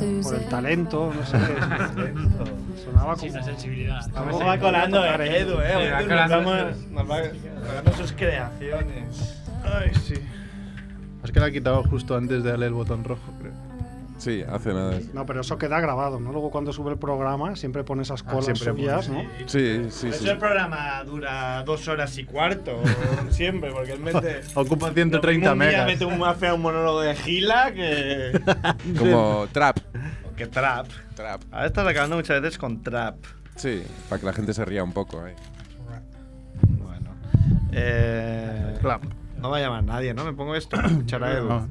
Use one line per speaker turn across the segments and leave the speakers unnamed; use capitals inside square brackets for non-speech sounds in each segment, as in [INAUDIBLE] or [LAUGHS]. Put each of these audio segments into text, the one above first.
el talento, no [LAUGHS] sé. Sonaba
Sí,
como.
una sensibilidad.
Vamos
Nos va colando
tocar
eh, Edu, eh.
Sí, va
Edu, nos,
colando.
vamos- nos va colando sus creaciones.
Ay, sí. Es que la he quitado justo antes de darle el botón rojo, creo.
Sí, hace nada.
No, pero eso queda grabado, ¿no? Luego cuando sube el programa Ah, siempre pone esas
Ah,
colas
siempre
suyas, ¿no?
pone,
Sí,
Por
sí,
eso
sí.
el programa dura dos horas y cuarto, siempre, porque él mete.
Ocupa 130
un día
megas.
mete un mafia un monólogo de Gila que.
Como trap.
que trap.
Trap.
Ahora estás acabando muchas veces con trap.
Sí, para que la gente se ría un poco. eh.
Bueno. Eh,
Clap.
No va a llamar nadie, ¿no? Me pongo esto. Escuchará a Edu.
No, Ah,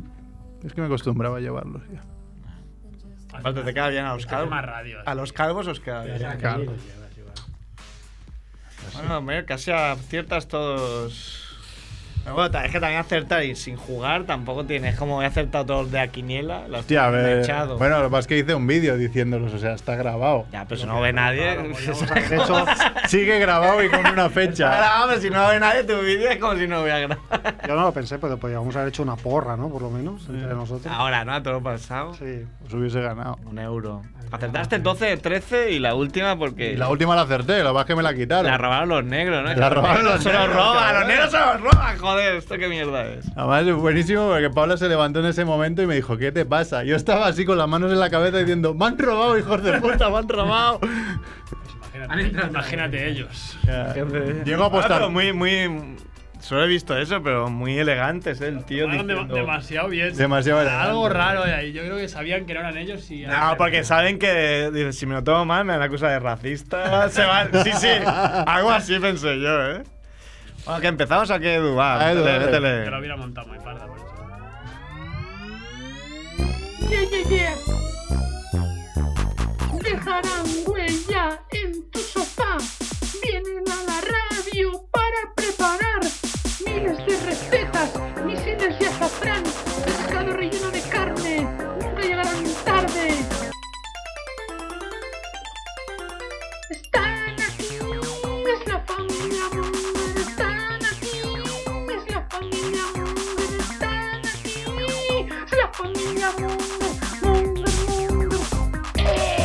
es que me acostumbraba a llevarlos ya.
Aparte, te queda bien a los
Hacer
calvos.
más radio.
A los calvos os queda bien.
Claro.
Bueno, hombre, casi aciertas todos. Pero bueno, ta- es que también acertar y sin jugar tampoco tienes como he acertado todos de a quiniela. Los
Hostia, a ver,
echado.
Bueno, lo que pasa es que hice un vídeo diciéndolos, o sea, está grabado.
ya, pero si no ve nadie. [LAUGHS]
pues,
Eso,
Sigue grabado y con [LAUGHS] una fecha.
Ahora, hombre, si no ve nadie tu vídeo es como si no hubiera grabado.
yo no lo pensé, pero podríamos haber hecho una porra, ¿no? Por lo menos, entre nosotros.
Ahora, ¿no? A todo lo pasado.
Sí.
Os hubiese ganado.
Un euro. Acertaste 12, 13 y la última porque.
Y la última la acerté, la verdad es que me la quitaron.
la robaron los negros, ¿no?
La robaron los
se los
negros,
roban,
cabrón.
los negros se los roban, joder, esto qué mierda es.
Además, es buenísimo porque Paula se levantó en ese momento y me dijo, ¿qué te pasa? Yo estaba así con las manos en la cabeza diciendo, me han robado, hijos de puta, me han robado.
Imagínate, imagínate ellos.
Ya, Llego a
Ah,
apostar.
pero muy, muy. Solo he visto eso, pero muy elegantes, ¿eh? el tío.
Hablaron de-
diciendo-
demasiado bien.
Demasiado
Algo
elegante.
raro de ahí. Yo creo que sabían que eran ellos y.
No, porque saben que dice, si me lo tomo mal me van a acusar de racista. [LAUGHS] Se van- Sí, sí,
Ah,
algo así pensé yo, ¿eh? Bueno, que empezamos aquí, Edu. Va,
Ah, Edu,
métele,
dale.
Que lo
métele.
hubiera montado muy parda por eso.
Yeah, yeah, yeah. Dejarán huella en tu sofá. Vienen a la radio para preparar miles de recetas, misiles de azafrán, pescado relleno de carne. Nunca llegarán tarde. Están aquí, es la familia Munger. Están aquí, es la familia Munger. Están aquí, es la familia Munger. Munger, Munger.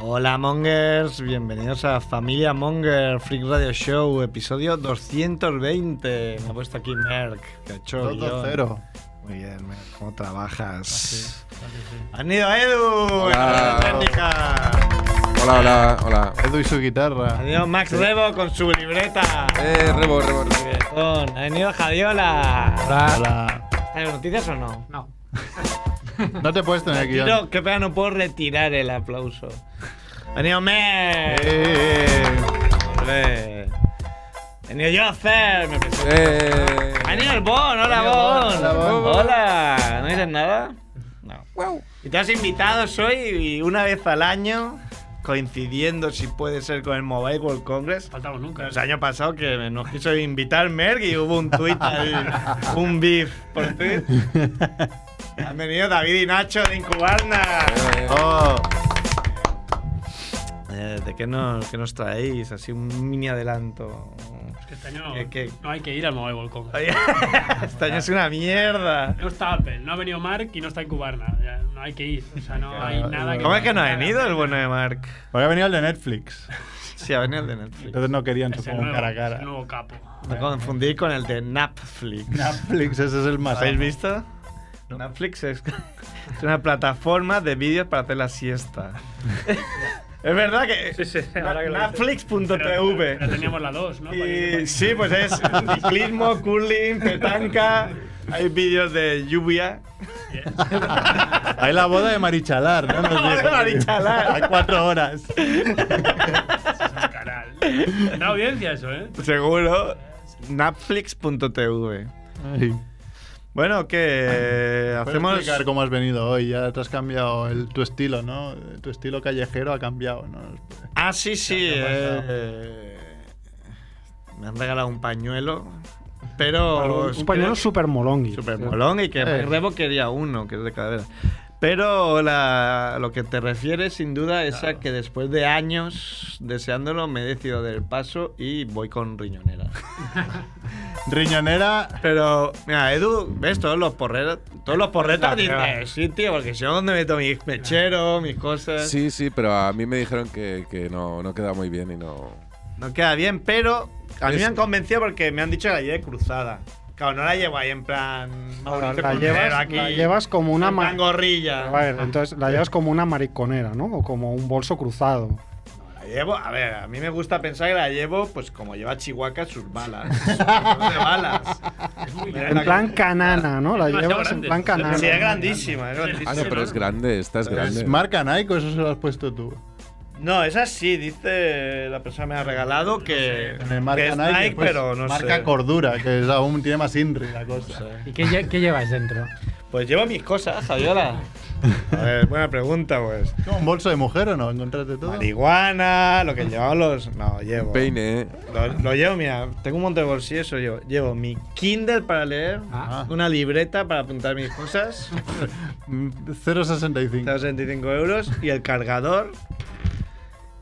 Hola, Mongers. Bienvenidos a Familia Monger Freak Radio Show, episodio 220. Me ha puesto aquí Merck, que ha hecho el guión.
2-0.
Muy bien, Merck, ¿cómo
Ah,
trabajas? ¡Han ido Edu!
Hola.
¡La técnica!
Hola, hola, hola.
Edu y su guitarra.
Ha venido Max Rebo con su libreta.
Eh, rebo, rebo, rebo.
Con- Ha venido Javiola.
Hola.
¿Hay noticias o no?
No.
[LAUGHS] No te puedes tener guión.
Tiro, qué pena, no puedo retirar el aplauso. Ha venido
Eh,
Mer.
eh, eh.
Hombre. Ha venido yo a hacer. Me presento.
Eh.
Ha venido el Bon. Hola, Bon.
Hola, Bon.
Hola. ¿No dices nada? No. Y te has invitado hoy una vez al año, coincidiendo si puede ser con el Mobile World Congress.
Faltamos nunca. ¿eh?
El año pasado que nos quiso invitar Merck y hubo un tweet,
[LAUGHS]
ahí, un beef por tweet. Han venido David y Nacho de Incubarna.
Oh,
Eh, ¿De qué nos, qué nos traéis? Así un mini adelanto.
Es que
[LAUGHS]
este año
¿Qué, qué?
no hay que ir al Mobile World Congress.
[LAUGHS] este año es una mierda.
No está Apple, no ha venido Mark y no está en Cubarna. Ya, No hay que ir. O sea, no hay nada que.
¿Cómo es que no ha venido el bueno de Mark?
porque ha venido el de Netflix.
[LAUGHS] Sí, ha venido el de Netflix.
Entonces no querían,
Es el
supongo,
nuevo,
cara a
es el
cara.
nuevo capo.
Me confundí con el de Netflix.
Netflix, ese es el más.
¿Habéis visto? Netflix es, [LAUGHS] es una plataforma de vídeos para hacer
[LAUGHS]
la siesta. es verdad que.
ahora que lo dices. Pero, pero
Netflix.tv.
teníamos la 2, ¿no?
Y sí, pues es ciclismo, curling, petanca. Hay vídeos de lluvia.
Hay la boda de Marichalar, ¿no? Nos
[LAUGHS] La boda de
dijo.
Marichalar.
A cuatro horas.
Para canal. Tendrá audiencia eso, ¿eh?
Seguro. Netflix.tv.
Ay.
Bueno, que
Hacemos...
hacemos.
explicar cómo has venido hoy. Ya te has cambiado el, tu estilo, ¿no? Tu estilo callejero ha cambiado, ¿no?
Ah, sí, sí.
¿Qué ha pasado?
eh, me han regalado un pañuelo. Pero.
Un, un pañuelo super molongi.
Super molón y que
Eh.
Rebo quería uno, que es de cadera. Pero la- lo que te refieres, sin duda, es a que después de años deseándolo, me he decidido del paso y voy con riñonera.
Riñonera.
Pero, mira, Edu, ¿ves? Todos los porreros, todos los porretas
La prueba.
dicen, sí, tío, porque yo donde meto mis mecheros, mis cosas.
Sí, sí, pero a mí me dijeron que, que no, no queda muy bien y no.
No queda bien, pero a mí
Es-
me han convencido porque me han dicho que la lleve cruzada. Claro, no la llevo ahí en plan.
La, la
Mauricio Cordero
llevas,
aquí,
la llevas como una
en
ma-
plan gorrilla.
A ver, entonces la llevas como una mariconera, ¿no? O como un bolso cruzado.
La llevo, a ver, a mí me gusta pensar que la llevo, pues como lleva Chihuahua
[LAUGHS]
sus balas. sus de balas.
Es muy grande.
En plan canana, ¿no?
[LAUGHS]
La
Demasiado
llevas en
grande.
plan canana.
Sí, es grandísima, es
Ah, no,
grandísima.
pero es grande, esta es grande.
Es marca Nike, o eso se lo has puesto tú.
No, es así, dice la persona que me ha regalado que,
En el
que
marca
es
Nike,
Nike,
pues,
pero no
marca
sé.
Cordura, que es aún tiene más INRI la
No
cosa.
sé.
¿Y qué, lle- qué lleváis dentro?
Pues llevo mis cosas, Javiola. A ver, buena pregunta, pues.
¿Cómo, ¿Un bolso de mujer o no? ¿Encontraste todo?
Marihuana, lo que llevamos los. No, llevo.
Un Peine, ¿eh?
Lo, lo llevo, mira, tengo un montón de bolsillos, eso llevo. Llevo mi Kindle para leer,
Ah.
una libreta para apuntar mis cosas,
Mm, 0,65.
65 euros, y el cargador.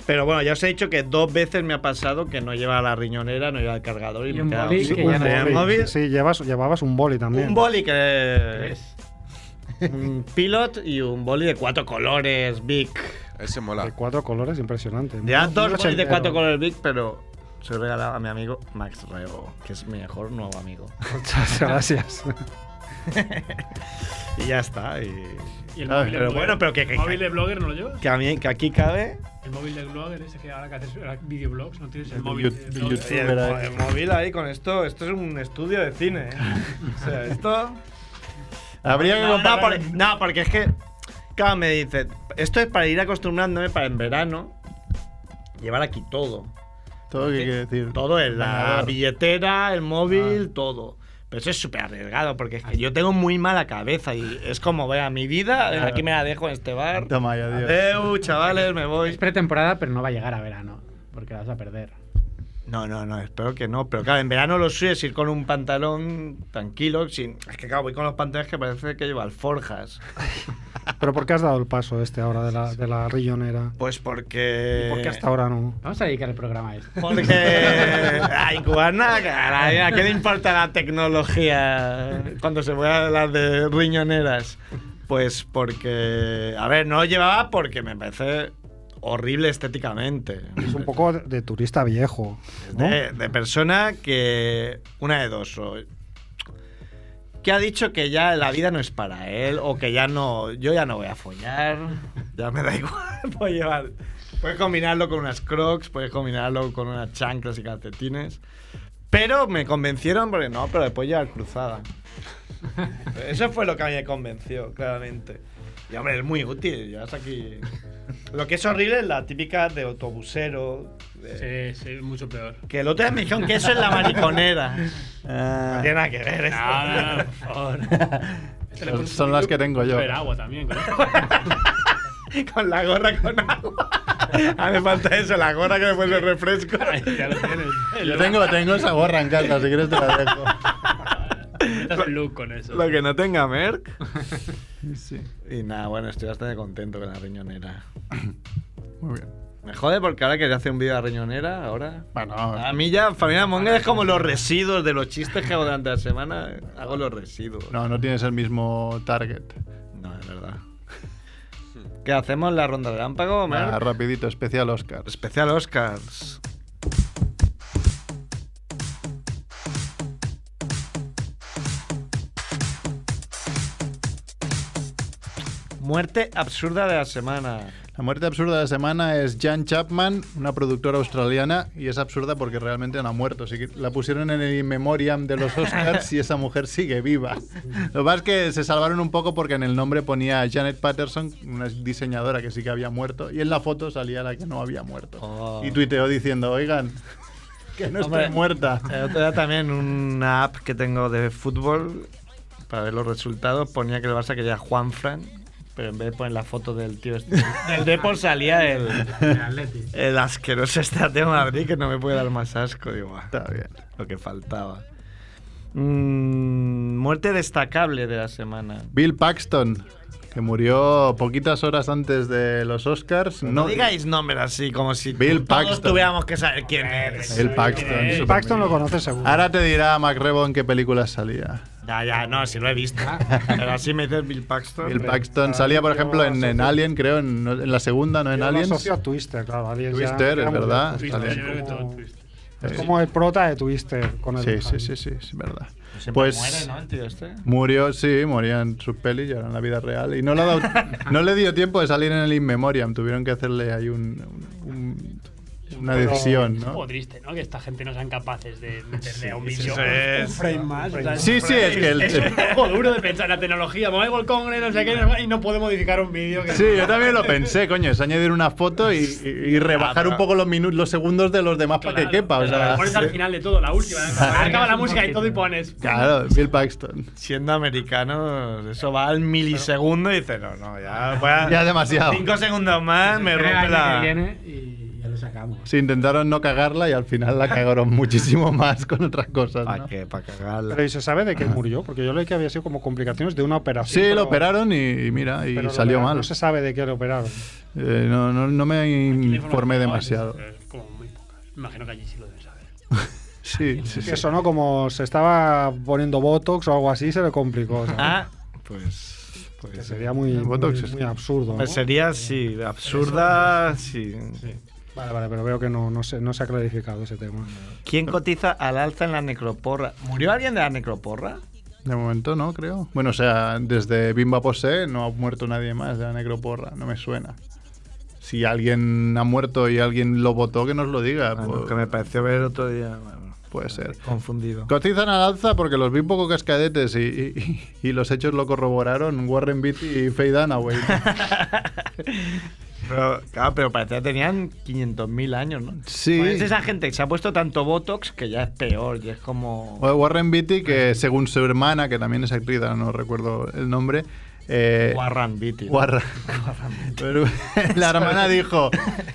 Pero bueno, ya os he dicho que dos veces me ha pasado que no lleva la riñonera, no lleva el cargador y,
Y
me
un
he quedado
móvil,
sin
que ya no-
batería
¿El
Sí,
de móvil.
Sí, llevas, llevabas un boli también.
Un boli que
Tres.
un pilot y un boli de cuatro colores, big.
ese
De
mola.
cuatro colores, impresionante.
Ya
Un
dos bolis de
ochentero.
cuatro colores big, pero se lo he regalado a mi amigo Max Rebo, que es mi mejor nuevo amigo.
Muchas gracias.
[LAUGHS] Y ya está. Y...
Y el
Ah,
móvil de
pero
blogger.
bueno, pero que- que-
¿El móvil de blogger no lo llevas?
Que, a mí- que aquí cabe.
El móvil de blogger ese que ahora que haces ahora videoblogs, no tienes el
El
móvil
Yout-
de
el
blogger.
Youtube.
Oye, el,
verás.
mo- el móvil ahí con esto. Esto es un estudio de cine. ¿eh? O sea, esto.
Habría que
No, no,
comparar.
porque, no, porque es que. Claro, me dice. Esto es para ir acostumbrándome para en verano. Llevar aquí todo.
Todo que quiere decir.
Todo en la
Ordenador.
billetera, el
Ah.
móvil, todo. Pero eso es súper arriesgado porque es que yo tengo muy mala cabeza y es como, vea, mi vida,
Claro.
aquí me la dejo en este bar.
Toma, ya, Dios.
Adeu, chavales, me voy.
Es pretemporada, pero no va a llegar a verano, porque la vas a perder.
No, no, no, espero que no. Pero claro, en verano lo suyo es ir con un pantalón tranquilo. Sin... Es que claro, voy con los pantalones que parece que llevo alforjas.
Pero ¿por qué has dado el paso este ahora de la, de la rillonera?
Pues porque.
¿Por qué hasta ahora no?
Vamos a dedicar el programa a esto. [LAUGHS]
Porque. A incubar nada, caray, ¿a qué le importa la tecnología cuando se voy a las de riñoneras? Pues porque. A ver, no llevaba porque me parece horrible estéticamente.
Es un poco de, de turista viejo. ¿no?
de, de persona que. Una de dos. o- que ha dicho que ya la vida no es para él o que ya no. Yo ya no voy a follar. Ya me da [LAUGHS] igual. Puedo llevar. Puedes combinarlo con unas crocs, puedes combinarlo con unas chanclas y calcetines. Pero me convencieron porque no, pero después llevar cruzada. Eso fue lo que a mí me convenció, claramente. Y hombre, es muy útil. Llevas aquí. Lo que es horrible es la típica de autobusero. de-
Sí, sí, mucho peor.
que el otro día me dijeron que eso es la
[LAUGHS]
mariconera.
Ah.
No tiene nada que ver esto.
No, no, no, por
[LAUGHS]
favor. Este
Son-
le pones
son
un-
las que tengo yo.
Pero agua también, con esto.
[LAUGHS] Con la gorra con agua. A mí me falta eso, la gorra que me pone
[LAUGHS]
refresco.
Ya lo tienes.
Yo tengo, tengo esa gorra en casa, si quieres te la dejo.
Estás el look con
[LAUGHS]
eso.
Lo que no tenga Merck. Y nada, bueno, estoy bastante contento con la riñonera.
[COUGHS] Muy bien.
Me jode porque ahora que hacer un vídeo de la riñonera, ahora.
Bueno,
A mí ya, familia Monger es como los residuos de los chistes que hago durante la semana. Hago los residuos.
no, no tienes el mismo target.
No,
[LAUGHS]
es verdad. ¿Qué hacemos? ¿La ronda de lámpago, Merck?
Nada, Ah, rapidito, especial Oscar.
Especial Oscars. Muerte absurda de la semana.
La muerte absurda de la semana es Jan Chapman, una productora australiana, y es absurda porque realmente no ha muerto. Así que la pusieron en el in memoriam de los
[LAUGHS]
Oscars y esa mujer sigue viva. Lo que pasa es que se salvaron un poco porque en el nombre ponía Janet Patterson, una diseñadora que sí que había muerto, y en la foto salía la que no había muerto.
Oh.
Y tuiteó diciendo, oigan, que [LAUGHS] no
Hombre.
estoy muerta.
El otro día también una app que tengo de fútbol para ver los resultados ponía que el Barça quería Juan Fran, pero en vez de poner la foto del
[LAUGHS]
tío este, del Depor salía el,
El Atleti.
el asqueroso Estadio de Madrid que no me puede dar más asco. Digo, "Ah".
Está bien.
Lo que faltaba. Mm, muerte destacable de la semana.
Bill Paxton, que murió poquitas horas antes de los Oscars.
No, digáis nombres así, como si
Bill
todos
Paxton.
tuviéramos que saber quién eres.
El Paxton.
El Paxton lo conoces seguro.
Ahora te dirá MacRebo en qué película salía.
Ya, ya, no, si lo he visto. Pero así me dices Bill Paxton.
Bill Paxton salía, por
yo
ejemplo, en, en
asocio-
Alien, creo, en, no- en la segunda, ¿no? En
Yo lo
Aliens.
asocio a Twister, claro. Aliens ya-
Twister,
ya
es
murió.
verdad,
Twister,
está
es
Twister, yo
bien.
creo que todo
como-
Twister.
Es
Sí.
como el prota de Twister con el
Sí, sí, sí, sí, Eh, es verdad.
Siempre
Pues-
muere, ¿no? El tío este.
Murió, sí, moría en sus pelis y ahora en la vida real. Y no le, ha dado- no le dio tiempo de salir en el In Memoriam. Tuvieron que hacerle ahí un- un- un- una
Pero-
decisión,
Es un poco
¿no?
triste, ¿no? Que esta gente no sean
[LAUGHS]
capaces de meterle a un
sí,
vídeo
sí,
un
sí.
frame más. o sea,
Sí,
un
sí,
frame.
es que el-
Es un poco duro de pensar la tecnología. Me voy al Congreso, no sé qué, no sé qué, y no puedo modificar un vídeo. que-
Sí, yo también lo pensé, coño, es añadir una foto y, y-
Ah,
y rebajar un poco los minutos, los segundos de los demás para
Claro,
que quepa. o
pero
sea,
la pones al final de todo, la
[LAUGHS]
última. ¿no? Acaba la música y todo y pones.
claro, Bill Paxton.
Siendo americano, eso va al milisegundo y dices, no, no, ya. voy a-
[LAUGHS] Ya demasiado.
Cinco segundos más, me
Espera
rompe
el año
la.
que viene y ya lo sacamos.
Sí, intentaron no cagarla y al final la cagaron muchísimo [LAUGHS] más con otras cosas. ¿no?
¿Para qué? Para cagarla.
Pero ¿y se sabe de qué murió? Porque yo leí que había sido como complicaciones de una operación.
Sí,
pero-
lo operaron y, y mira, y
pero lo
salió
operaron,
mal.
No se sabe de qué lo operaron.
Eh, no, no- no me informé demasiado.
Es como muy poca. Imagino que allí sí lo deben saber.
Sí, sí, sí.
Que sonó como se estaba poniendo Botox o algo así, se le complicó. o sea,
Ah, pues.
que
pues
sería muy,
El Botox
muy-
es-
muy absurdo. ¿no?
pues sería, sí, absurda, sí.
Vale, vale, pero veo que no, no, se, no se ha clarificado ese tema.
¿Quién cotiza al alza en la necroporra? ¿Murió alguien de la necroporra?
De momento no, creo. Bueno, o sea, desde Bimba Posee no ha muerto nadie más de la necroporra, no me suena. Si alguien ha muerto y alguien lo votó, que nos lo diga.
Ah, no,
pues,
que me pareció ver otro día. bueno,
Puede ser.
Confundido.
Cotizan al alza porque los vi un poco cascadetes y, y- y los hechos lo corroboraron Warren Beatty y Faye Dunaway.
Pero, claro, pero parecía que tenían 500.000 años, ¿no?
Sí.
Pues es esa gente que se ha puesto tanto Botox que ya es peor, y es como...
O Warren Beatty, que según su hermana, que también es actriz, ahora no recuerdo el nombre. eh,
Warren Beatty. ¿no? [LAUGHS]
Guarra. Pero la hermana dijo,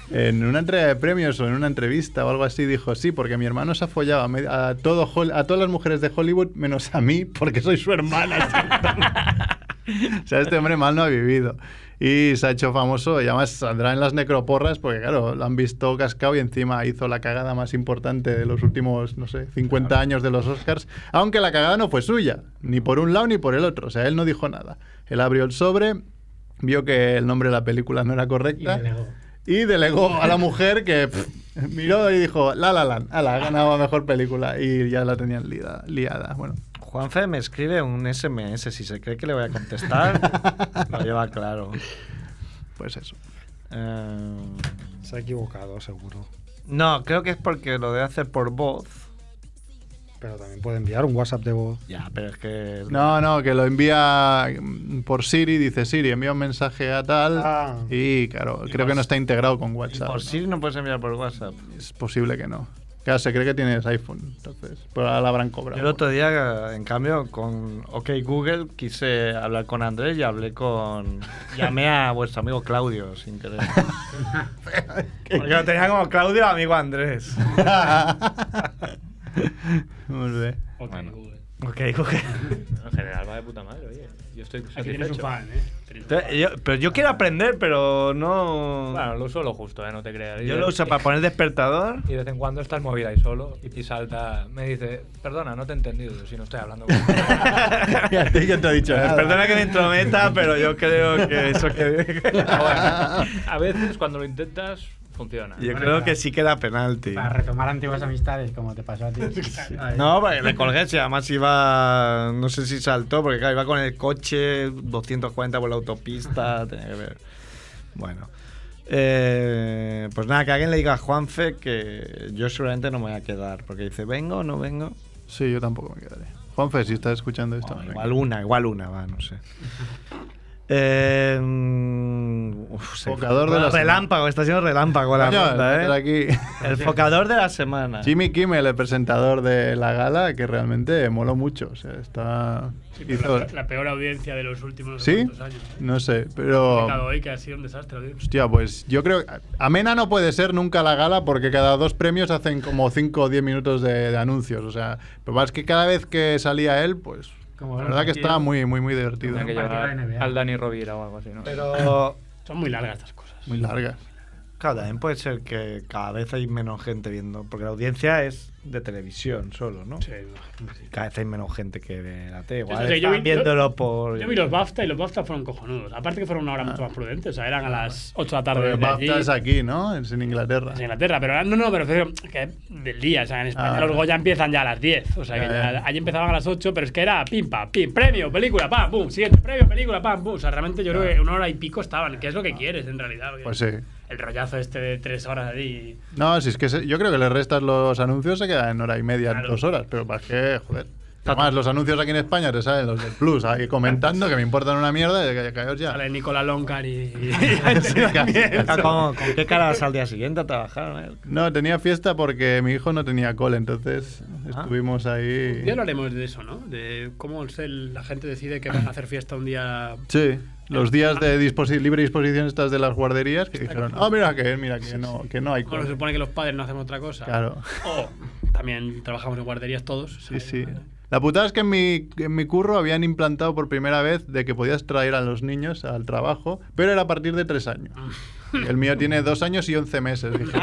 en una entrega de premios o en una entrevista o algo así, dijo, sí, porque mi hermano se ha follado a, me- a todo Hol- a todas las mujeres de Hollywood menos a mí, porque soy su hermana. [LAUGHS] o sea, este hombre mal no ha vivido. Y se ha hecho famoso y además saldrá en las necroporras porque, claro, lo han visto cascado y encima hizo la cagada más importante de los últimos, no sé, 50 años de los Oscars. Aunque la cagada no fue suya, ni por un lado ni por el otro. O sea, él no dijo nada. Él abrió el sobre, vio que el nombre de la película no era
Y
correcta
delegó.
y delegó a la mujer que pff, miró y dijo, La La Land, ala, ganaba mejor película y ya la tenían lida- liada. Bueno,
Juanfe me escribe un SMS, si se cree que le voy a
[LAUGHS]
contestar, lo lleva claro.
pues eso.
Eh,
Se ha equivocado, seguro.
no, creo que es porque lo de hacer por voz.
Pero también puede enviar un WhatsApp de voz.
Ya, pero es que...
No, no, que lo envía mm, por Siri, dice Siri, envía un mensaje a tal
Ah.
y claro, creo que no está integrado con WhatsApp.
Por Siri no puedes enviar por WhatsApp.
Es posible que no. Claro, se cree que tienes iPhone, entonces, pero ahora la habrán
Yo
cobrado.
el otro día, en cambio, con OK Google quise hablar con Andrés y hablé con...
[LAUGHS]
Llamé a vuestro amigo Claudio, sin [LAUGHS] querer. Porque lo tenía como Claudio, amigo Andrés.
[LAUGHS] Muy bien.
Ok,
Bueno.
Google.
OK Google.
En general va de puta madre, oye. Yo estoy
Aquí tienes un
satisfecho.
fan, ¿eh? Tienes un
Te-
fan.
yo- pero yo quiero aprender, pero no...
Bueno, lo uso lo justo, ¿eh? No te creas. Y
yo
de-
lo uso para poner despertador.
Y de vez en cuando estás movida ahí solo y salta. Me dice, perdona, no te he entendido si no estoy hablando con.
[LAUGHS]
Y a ti que te he dicho nada.
eh, Perdona que me intrometa, pero yo creo que eso que...
Pero bueno, a veces cuando lo intentas, funciona.
yo creo que sí queda penalti.
Ah,
Para retomar antiguas amistades, como te pasó a
[LAUGHS]
ti. Ay.
No, porque le colgué, si además iba, no sé si saltó, porque claro, iba con el coche 240 por la autopista, tenía que ver. Bueno. Eh, pues nada, que alguien le diga a Juanfe que yo seguramente no me voy a quedar, porque dice, vengo o no vengo.
Sí, yo tampoco me quedaré. Juanfe, si estás escuchando esto.
Bueno,
venga.
igual una, igual una, va, no sé. Eh, mm, uf, se-
Focador de la
relámpago, está siendo relámpago la
Coño,
ronda,
estar
¿eh?
aquí.
El focador de la semana.
Jimmy Kimmel, el presentador de la gala, que realmente moló mucho. O sea, está.
Sí, pero
Hizo,
la, la peor audiencia de los últimos
¿Sí?
cuantos años. ¿eh?
No sé,
Me cago
pero.
hoy que ha sido un desastre, tío.
Hostia, pues yo creo. Amena no puede ser nunca la gala porque cada dos premios hacen como 5 o 10 minutos de, de anuncios. O sea, pero más que cada vez que salía él, pues.
Como
La verdad que
partido.
estaba muy, muy, muy divertido.
Tenía que
partido
llevar
de NBA.
al Dani Rovira o algo así, ¿no?
Pero,
[CLEARS THROAT] Son muy largas estas cosas.
Muy larga.
claro, también puede ser que cada vez hay menos gente viendo, porque la audiencia es de televisión solo, ¿no?
Sí, me imagino, sí.
Cada vez hay menos gente que ve la tele. Igual
o sea, yo
están
vi- yo-
viéndolo por...
Yo vi los BAFTA y los BAFTA fueron cojonudos. Aparte que fueron una hora
Ah.
mucho más prudente. O sea, eran a las 8 de la tarde.
Porque
de
Ah, BAFTA
allí.
es aquí, ¿no? Es en Inglaterra.
en Inglaterra, pero ahora- no, no, pero refiero que del día, o sea, en España
Ah.
los Goya empiezan ya a las 10, o sea, que
Ya,
ya-
ya.
allí empezaban a las 8, pero es que era pim, pam, pim, premio, película, pam, boom, siguiente premio, película, pam, boom, o sea, realmente yo creo que una hora y pico estaban, que es lo que quieres en realidad, porque
Ah. Pues sí.
el rollazo este de tres horas allí,
No, si es que se- yo creo que le restas los anuncios, se queda en hora y media,
Claro.
dos horas, pero ¿para qué? Joder. Además, los anuncios aquí en España te salen los del Plus, ahí comentando que me importan una mierda y que caos ya.
sale Nicola Loncar y...
Sí, casi, casi.
[LAUGHS] ¿Con, con qué cara vas al día siguiente a trabajar? eh?
No, tenía fiesta porque mi hijo no tenía cole, entonces estuvimos ahí.
ya hablaremos de eso, Ah. ¿no? De cómo es el- la gente decide que van a hacer fiesta un día...
Sí, los días de disposi- libre disposición estas de las guarderías que dijeron, ah, mira que mira que no, que no hay
Bueno, se
cole.
supone que los padres no hacemos otra cosa.
Claro.
O también trabajamos en guarderías todos.
Sí,
¿sabes?
sí. La putada es que en mi, en mi curro habían implantado por primera vez de que podías traer a los niños al trabajo, pero era a partir de tres años.
Ah.
Y El mío tiene dos años y once meses. Dije,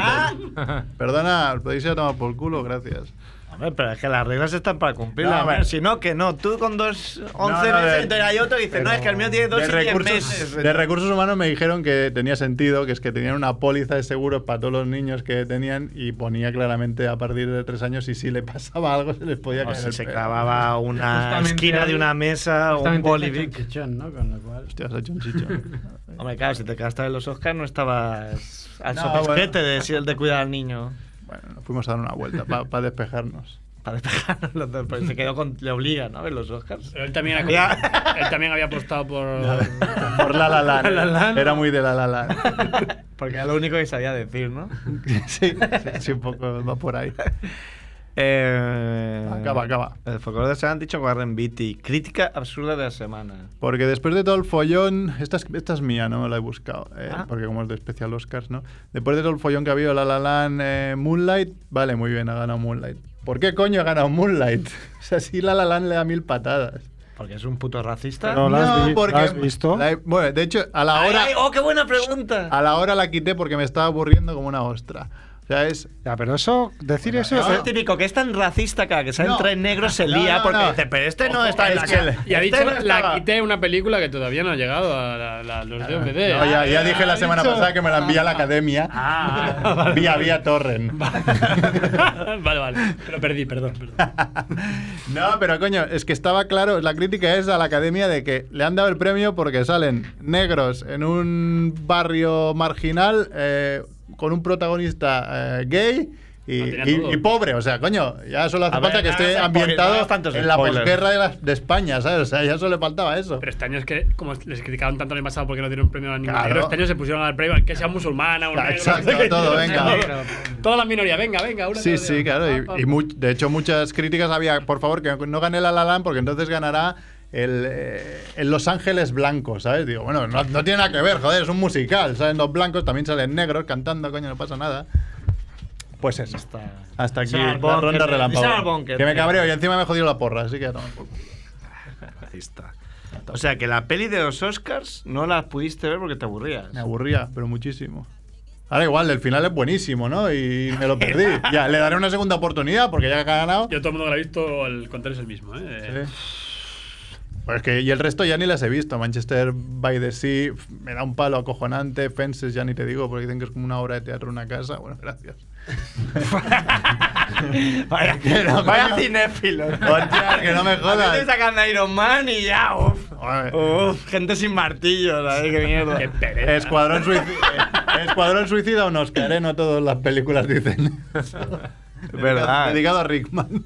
Perdona, os podéis ir a tomar por culo, gracias.
Hombre, pero es que las reglas están para cumplirlas.
No,
hombre,
hombre.
si no, que no. Tú con dos, once
No, no,
meses,
de-
y hay otro que dice, no, es que el mío tiene dos
de
y diez meses.
recursos, de recursos humanos me dijeron que tenía sentido, que es que tenían una póliza de seguros para todos los niños que tenían y ponía claramente a partir de tres años y si le pasaba algo se les podía
O
caer
si
el
se
pelo.
clavaba una
Justamente
esquina de
ahí-
una mesa o un
Justamente está hecho
bolivic.
chichón, ¿no? Con lo cual.
Hostia, se ha hecho un chichón.
Hombre, claro, si te quedaste en los Oscars no estabas al
No,
sopesquete
bueno.
de si el de cuidar al
[LAUGHS]
niño.
bueno, nos fuimos a dar una vuelta para despejarnos.
[LAUGHS] Para despejarnos los dos, porque se quedó con... Le obligan a ver los Oscars.
Pero él también, era-
Ya.
él también había apostado por. [LAUGHS]
Por la la la.
[LAUGHS] La La Land.
Era muy de la la la.
[LAUGHS] Porque era lo único que sabía decir, [LAUGHS] ¿no?
sí, sí, sí, un poco va por ahí.
Eh,
Acaba, acaba.
El folclore de se han dicho Warren Beatty. Crítica absurda de la semana.
Porque después de todo el follón, esta es, esta es mía, no la he buscado, eh,
Ah.
porque como es de especial Oscars, ¿no? Después de todo el follón que ha habido La La Land, eh, Moonlight, vale, muy bien, ha ganado Moonlight. ¿Por qué coño ha ganado Moonlight? [LAUGHS] O sea, si La La Land le da mil patadas.
Porque es un puto racista.
Pero la- has vi- la has visto?
la he- bueno, de hecho, a la
Ay,
hora
ay, ¡Oh, qué buena pregunta!
a la hora la quité porque me estaba aburriendo como una ostra. O sea, es
Ya, pero eso, decir eso.
Eso es el
eh,
típico, que es tan racista que, a que salen
No.
tres negros se
No,
lía
no,
porque
no.
dice, pero este no
Ojo,
está en
es
la
que
ca-
le-
Y ha
este
dicho,
no
la
estaba".
quité una película que todavía no ha llegado a la- la- los DVD.
No, ya, ya dije la
ha
semana
dicho-
pasada que me la envía a la academia. [LAUGHS]
Ah.
vía, vía Torren.
[LAUGHS] vale, vale. Te lo perdí, perdón. perdón.
no, pero coño, es que estaba claro, la crítica es a la academia de que le han dado el premio porque salen negros en un barrio marginal eh, con un protagonista eh, gay. Y,
Lo tenía
y-
todo.
y pobre, o sea, coño, ya solo hace
A
falta
ver,
que
no
esté
Ah,
hagas spoilers, no
ambientado
hagas tantos
en la
spoilers.
posguerra de, la- de España, ¿sabes? O sea, ya solo le faltaba eso.
Pero este año es que, como les criticaron tanto el año pasado porque no dieron premio a ningún
Claro.
negro, este año se pusieron al premio que sea musulmana, un
Claro,
negro, no sé
exacto,
qué.
todo, venga.
Toda la minoría, venga, venga. Una
Sí,
tras
sí,
otra.
claro.
Pa,
Y,
pa,
y
pa.
mu- de hecho, muchas críticas había, por favor, que no gane la La Land porque entonces ganará el, eh, el Los Ángeles Blanco, ¿sabes? Digo, bueno, no, no tiene nada que ver, joder, es un musical. Salen los blancos, también salen negros cantando, coño, no pasa nada. Pues eso.
Está-
Hasta aquí
Sal
la
al
ronda
búnker, sal al
relámpago.
búnker,
Que me
tío.
cabreo y encima me he jodido la porra, así que a tomar por culo.
Racista. O sea, que la peli de los Oscars no la pudiste ver porque te aburrías.
Me aburría, pero muchísimo. Ahora igual, el final es buenísimo, ¿no? Y me lo perdí.
[LAUGHS]
Ya, le daré una segunda oportunidad porque ya que ha ganado.
Yo todo el mundo que la ha visto, el contrario es el mismo. ¿eh?
Pues que, y el resto ya ni las he visto. Manchester by the Sea f- me da un palo acojonante. Fences ya ni te digo, porque dicen que es como una obra de teatro en una casa. Bueno, gracias.
[LAUGHS] vaya
[LAUGHS] Pero,
vaya
coño.
cinéfilo.
Hostia, que no me jodas.
A ti te sacan Iron Man y ya, uff.
Joder.
Uff, gente sin martillo, ¿sabes? Qué mierda.
Qué pereza.
Escuadrón, Suicida, Escuadrón Suicida un Oscar, ¿eh? No todas las películas dicen.
[LAUGHS] Verdad.
Dedicado a Rickman.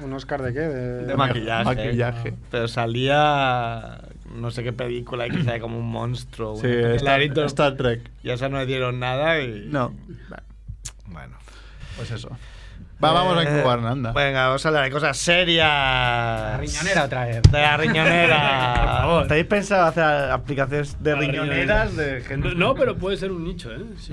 ¿Un Oscar de qué? De,
De maquillaje.
Maquillaje.
Pero salía. No sé qué película, quizá como un monstruo.
Sí,
una película
Star,
de Ariton.
Star Trek.
Y a esa no le dieron nada y.
No.
Bueno.
Pues eso. Va, vamos a
Eh,
encubar,
[LAUGHS]
anda.
Venga, vamos a hablar de cosas serias.
La riñonera otra vez.
De la riñonera.
Por favor.
¿Tenéis pensado hacer aplicaciones de
La riñonera.
riñoneras? De
[LAUGHS]
gente?
No, pero puede ser un nicho, ¿eh? Sí.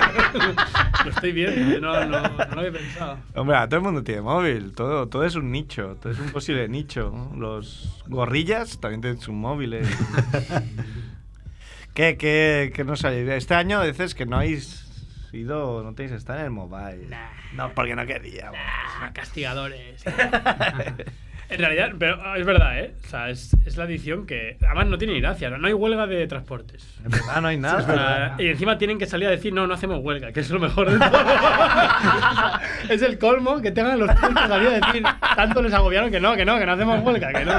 [LAUGHS] Lo estoy viendo, no, no, no lo había pensado.
Hombre, todo el mundo tiene móvil, todo, todo es un nicho, todo es un posible nicho. Los gorrillas también tienen sus móviles. ¿Qué, qué, qué no sabéis? Este año dices que no habéis ido, no tenéis que estar en el mobile.
Nah.
No, porque no queríamos.
Ah, Castigadores. [LAUGHS] En realidad, pero ah, es verdad, ¿eh? O sea, es, es la edición que. Además, no tiene ni gracia, ¿no? No hay huelga de transportes.
En verdad no hay nada.
O sea, y encima tienen que salir a decir, no, no hacemos huelga, que es lo mejor de todo. [LAUGHS] es el colmo que tengan los tíos que salir a decir, tanto les agobiaron que no, que no, que no hacemos huelga, que no.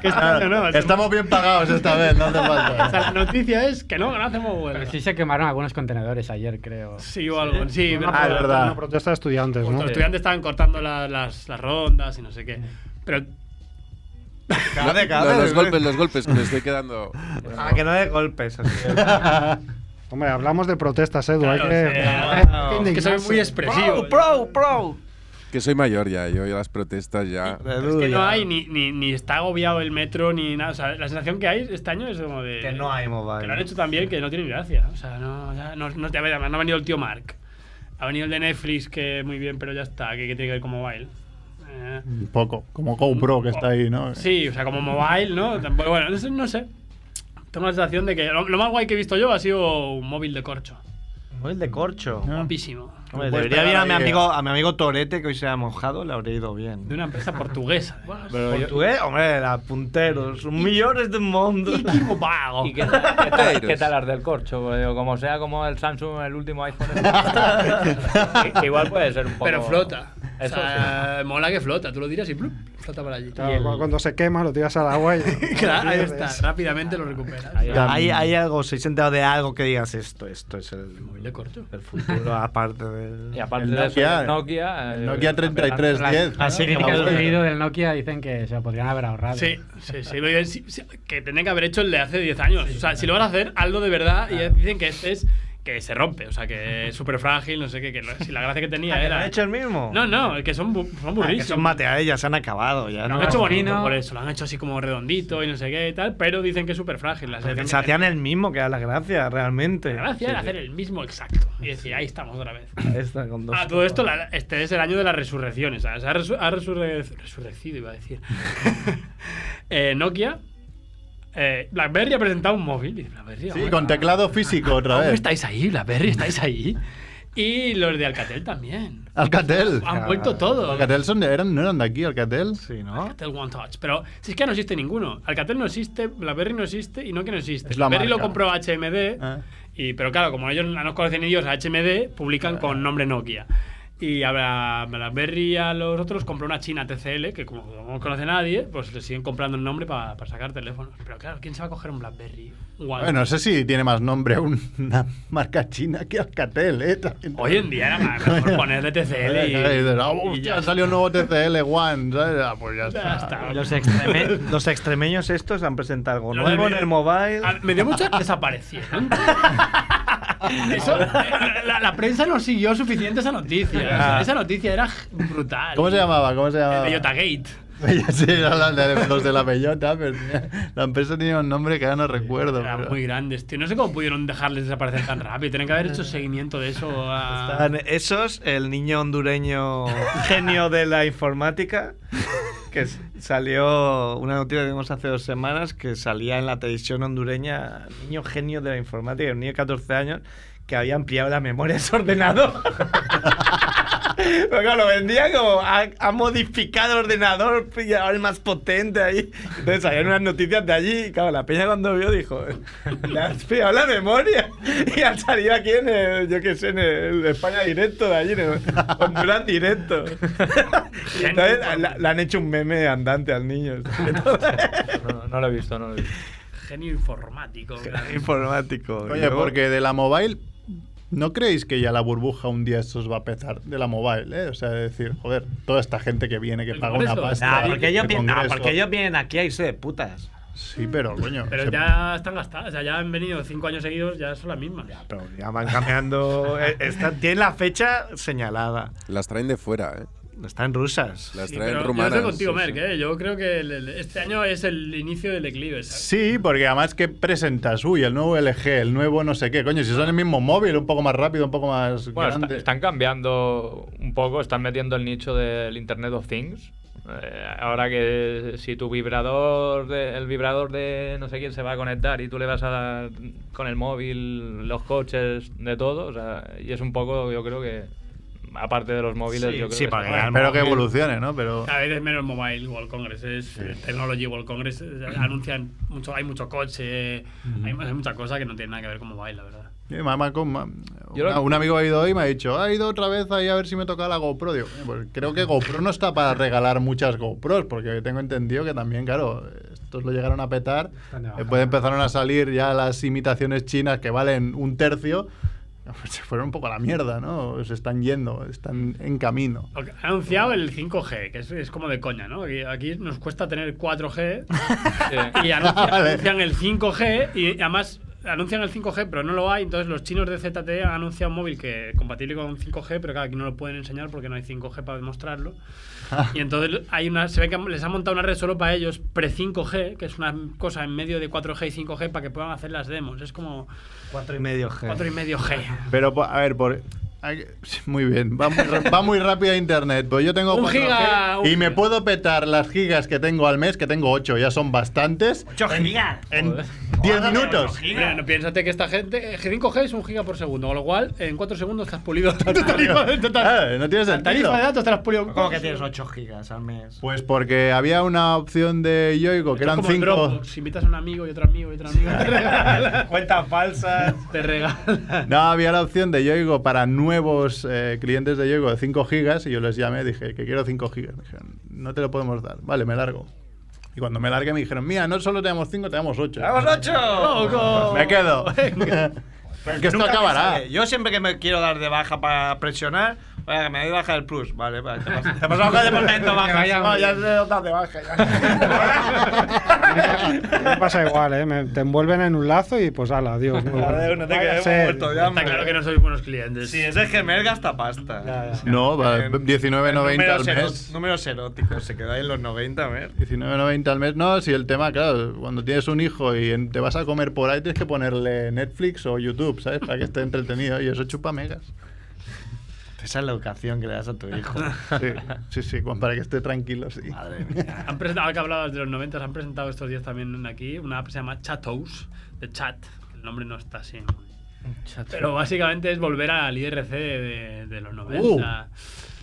Que esto
Claro,
no, no, hacemos-
estamos bien pagados esta vez, no hace
O sea, [LAUGHS] la
falta.
noticia es que no, que no hacemos huelga.
Pero sí se quemaron algunos contenedores ayer, creo.
Sí, o algo. Sí, pero-
Ah, es verdad.
Una protesta
[LAUGHS]
de estudiantes,
Justo,
¿no?
Pues
los estudiantes estaban cortando la- las, las rondas y no sé qué. Pero
Cada- cada-
Lo- los golpes, los golpes, que me estoy quedando.
Ah, que no dé golpes. así.
[LAUGHS]
Hombre, hablamos de protestas, Edu.
claro,
hay
o
que,
sea,
Claro.
es que soy muy expresivo.
pro, pro.
Que soy mayor ya, yo ya las protestas ya.
Es que no hay ni, ni, ni está agobiado el metro ni nada. O sea, la sensación que hay este año es como de.
Que no hay mobile.
Que lo han hecho tan bien que no tiene gracia. O sea, no, ya no, no te a ver, además no ha venido el tío Mark. Ha venido el de Netflix, que muy bien, pero ya está, que, que tiene que ver con mobile. Eh,
Un poco, como GoPro que está ahí, ¿no?
sí, o sea, como mobile, ¿no? Tampoco- bueno, no sé, no sé. Tengo la sensación de que lo, lo más guay que he visto yo ha sido un móvil de corcho.
Móvil de corcho.
Ah. Guapísimo.
Hombre,
Pues
debería ir a mi,
ahí,
amigo, a mi amigo Torete, que hoy se ha mojado, le habría ido
De
bien.
una empresa portuguesa. ¿eh? además.
Portugués, hombre, era punteros, millones del mundo.
Vago.
¿Y qué
[LAUGHS]
tal, qué tal-
Potatoes.
qué tal las del corcho? Porque digo, como sea como el Samsung, el último
[LAUGHS]
iPhone. el- que- que igual
pues,
puede ser un poco.
Pero flota. O
Eso
sea, mola que flota. Tú lo tiras y ¡plup! flota para allí.
Claro, cu- Cuando se quema, lo tiras al agua
[LAUGHS]
y.
[LAUGHS] Claro, ahí está. Rápidamente lo recuperas. Ahí
Cam-
¿Hay, hay algo, ¿se enterado de algo que digas esto? Esto es el,
de corcho.
el [LAUGHS] futuro, aparte
Y
del.
aparte
El
de eso,
Nokia,
el Nokia.
el
eh,
Nokia 3310.
Ah,
Así que
Lo que has
vamos a ver.
pedido del Nokia dicen que se lo podrían haber ahorrado.
Sí, sí, sí, lo digo, sí, sí, Que tendría que haber hecho el de hace 10 años. O sea, si lo van a hacer, algo de verdad. Y dicen que este es que se rompe. O sea, que es súper frágil. No sé qué. Que lo- si la gracia que
[LAUGHS]
tenía
Ah, ¿que lo
era.
han hecho el mismo?
No, no, que son, bu- son
Ah, que
burrísimos.
son materiales, ya se han acabado. Ya,
lo
no,
han hecho bonito,
Fino.
por eso. Lo han hecho así como redondito y no sé qué y tal. Pero dicen que es súper frágil. La
Porque
sensación
se
que
hacían el mismo, que era la gracia, realmente.
La gracia era hacer el mismo exacto. Y decir, ahí estamos otra vez.
Esta con dos.
Ah, todo esto, la- este es el año de las resurrecciones. ¿sabes? Ha, resu- ha resurre- resurrecido, iba a decir. [LAUGHS] Eh, Nokia. eh, BlackBerry ha presentado un móvil. Y BlackBerry,
Sí,
hombre,
con teclado físico otra
¿cómo
vez.
estáis ahí, BlackBerry? ¿Estáis ahí? Y los de Alcatel también.
Alcatel.
Han vuelto todos.
Alcatel son de- eran, no eran de aquí, Alcatel.
Sí, ¿no?
Alcatel One Touch. Pero si es que no existe ninguno. Alcatel no existe, BlackBerry no existe y Nokia no existe.
Es la
BlackBerry lo
marca.
compró HMD.
Ah.
Y, pero claro, como ellos no nos conocen ni Dios a HMD,
Ah.
publican con nombre Nokia. Y a Bla- BlackBerry y a los otros compró una china TCL, que como no conoce nadie, pues le siguen comprando el nombre para sacar teléfonos. Pero claro, ¿quién se va a coger un BlackBerry? Guau.
Bueno, no sé si tiene más nombre una marca china que Alcatel, ¿eh? También-
Hoy en día era
[LAUGHS]
más mejor ponerle TCL y...
Oye, dices, "Ah,
y ya
hostia, salió un nuevo TCL One, ¿sabes? Ah, pues ya
está,
está.
ya está.
Los, extreme- los extremeños estos han presentado algo
Yo
nuevo
me-
en el mobile.
Ah, Me dio mucha desaparecieron. [LAUGHS] Eso, la, la- la prensa no siguió suficiente esa noticia. O sea,
Ah.
esa noticia era brutal.
¿Cómo se llamaba? ¿Cómo se llamaba?
Bellota Gate.
[LAUGHS] sí, eran los de- los de la bellota, pero tenía- la empresa tenía un nombre que ahora no recuerdo.
Eran
pero-
muy grandes, tío. No sé cómo pudieron dejarles desaparecer tan rápido. Tienen que haber hecho seguimiento de eso. A...
Están esos, el niño hondureño genio de la informática, que s- salió una noticia que vimos hace dos semanas, que salía en la televisión hondureña, niño genio de la informática, un niño de 14 años, que había ampliado la memoria de su ordenador. Pero claro, lo vendía como ha, ha modificado el ordenador y ahora es más potente ahí. Entonces salieron unas noticias de allí y claro, la peña cuando vio dijo, le has pillado la memoria. [LAUGHS] Y han salido aquí en el, yo qué sé, en el España directo de allí, en el Honduras [LAUGHS] directo. Y Entonces la- le han hecho un meme andante al niño. [LAUGHS]
No, no lo he visto, no lo he visto.
Genio informático.
[LAUGHS]
[LAUGHS] Informático. Y
Oye,
luego-
porque de la mobile, ¿no creéis que ya la burbuja un día esto os va a pesar? De la mobile, ¿eh? O sea, de decir, joder, toda esta gente que viene, que
El
paga una
Congreso.
pasta.
Ah, porque ellos,
el
vienen- ah,
Congreso.
porque ellos vienen aquí a irse de putas.
Sí, pero coño.
Pero
se-
ya están gastadas. O sea, ya han venido cinco años seguidos, ya son las mismas.
Pero ya van cambiando. eh, está- tienen la fecha señalada.
Las traen de fuera, ¿eh?
Están rusas.
Las
Sí,
traen
pero
rumanas.
Yo estoy contigo,
sí,
Merck,
sí.
¿eh? Yo creo que el- el- este año es el inicio del declive, ¿sabes?
Sí, porque además que presentas, uy, el nuevo LG, el nuevo no sé qué, coño, si son el mismo móvil, un poco más rápido, un poco más
Bueno, está-
grande.
están cambiando un poco, están metiendo el nicho del Internet of Things. Eh, ahora que si tu vibrador, de- el vibrador de no sé quién se va a conectar y tú le vas a dar con el móvil, los coches, de todo, o sea, y es un poco, yo creo que, aparte de los móviles,
Sí,
yo creo
sí,
que
porque
está-
Espero que evolucione, ¿no? Pero
Cada vez es menos Mobile World Congress, es eh, Technology World Congress. eh, Anuncian mucho, hay mucho coche, hay, hay mucha cosa que no tiene nada que ver con Mobile, la verdad.
eh, mamá con ma-
Yo
una-
lo-
un amigo ha ido hoy y me ha dicho, ha ido otra vez ahí a ver si me toca la GoPro. Digo, "Eh, pues creo que GoPro no está para regalar muchas GoPros, porque tengo entendido que también, claro, estos lo llegaron a petar.
Están de baja.
Después empezaron a salir ya las imitaciones chinas que valen un tercio. [LAUGHS] Pues Se fueron un poco a la mierda, ¿no? Se están yendo, están en camino.
Ok, Ha anunciado el 5G, que es, es como de coña, ¿no? Aquí, aquí nos cuesta tener 4G
Sí.
y anuncia-
Vale.
anuncian el 5G y además anuncian el 5G pero no lo hay, entonces los chinos de ZTE han anunciado un móvil que es compatible con 5G, pero claro, aquí no lo pueden enseñar porque no hay 5G para demostrarlo. Y entonces hay una, se ve que les han montado una red solo para ellos, pre-5G, que es una cosa en medio de 4G y 5G para que puedan hacer las demos. Es como
Cuatro y medio G.
4 y medio G.
Pero, po- a ver, por... hay- Muy bien, va muy, ra- va muy rápido internet. Pues yo tengo
Un
4G
giga, un
y me
giga.
puedo petar las gigas que tengo al mes, que tengo 8, ya son bastantes,
¡Ocho gigas!
en 10 minutos.
Mira, no, piénsate que esta gente. eh, 5G es un giga por segundo, con lo cual en 4 segundos estás
[LAUGHS]
pulido. Tu tarifa, de- total-
Claro, Eh, no tiene
la
sentido.
tarifa de datos te la has pulido.
¿Cómo que tienes 8 gigas al mes?
Pues porque había una opción de Yoigo que
Esto es
eran
como en
5...
Dropbox, invitas a un amigo y otro amigo y otro amigo. te [LAUGHS] regalan.
Cuentas falsas.
te regalan.
[LAUGHS] No, había la opción de Yoigo para nuevos eh, clientes de Yoigo de 5 gigas y yo les llamé, dije que quiero 5 gigas. Me dijeron, no te lo podemos dar. Vale, me largo. Y cuando me largué me dijeron, mira, no solo te damos 5, te damos 8.
¡Vamos, ocho!
Me quedo.
Venga.
[LAUGHS] que esto
Nunca me
acabará.
sale. Yo siempre que me quiero dar de baja para presionar, oiga, que me doy de baja del plus. Vale, vale. Te has te has pasado con el
[LAUGHS]
departamento baja.
vaya
No,
muy
ya
bien.
te lo das de baja. ya.
Me pasa igual, ¿eh? Me- te envuelven en un lazo y pues ala, adiós. muy bueno.
Joder, no te
Vaya
quedes
ser.
muerto ya,
Está
hombre.
claro que no sois buenos clientes.
Sí, ese gemer gasta pasta.
No, va,
Eh,
19.90 al
números ero-
mes.
Números eróticos, se quedó ahí en los 90, a ver.
19.90 al mes. No, si el tema, claro, cuando tienes un hijo y en- te vas a comer por ahí, tienes que ponerle Netflix o YouTube, ¿sabes? Para que esté entretenido y eso chupa megas.
Esa es la educación que le das a tu hijo.
Sí, sí, sí, Juan, para que esté tranquilo, sí.
Madre mía.
Han presentado, ahora que hablabas de los 90, han presentado estos días también aquí una app que se llama Chatos, de chat. El nombre no está así. muy- Pero básicamente es volver al IRC de, de los 90.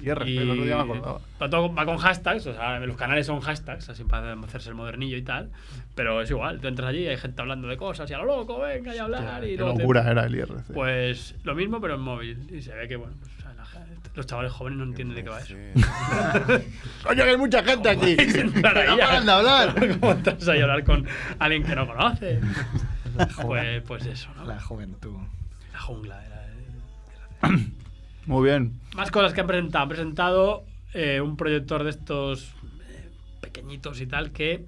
Y RP, el otro día me acordaba.
Va, todo- va con hashtags, o sea, los canales son hashtags, así para hacerse el modernillo y tal. Pero es igual, tú entras allí y hay gente hablando de cosas y a lo loco, venga y a hablar. y
Qué
luego te-
locura era el IRC.
Pues lo mismo, pero en móvil. Y se ve que, bueno, pues, o sea, la gente- los chavales jóvenes no entienden de qué va eso.
[LAUGHS]
[LAUGHS]
Coño, que hay mucha gente aquí.
Puedes entrar ahí
No
a-
paran de hablar.
[LAUGHS]
[LAUGHS] ¿Cómo entras ahí a hablar con alguien que no conoce? Pues, pues eso, ¿no?
La juventud.
La jungla era.
Muy bien.
Más cosas que han presentado. Han presentado eh, un proyector de estos eh, pequeñitos y tal que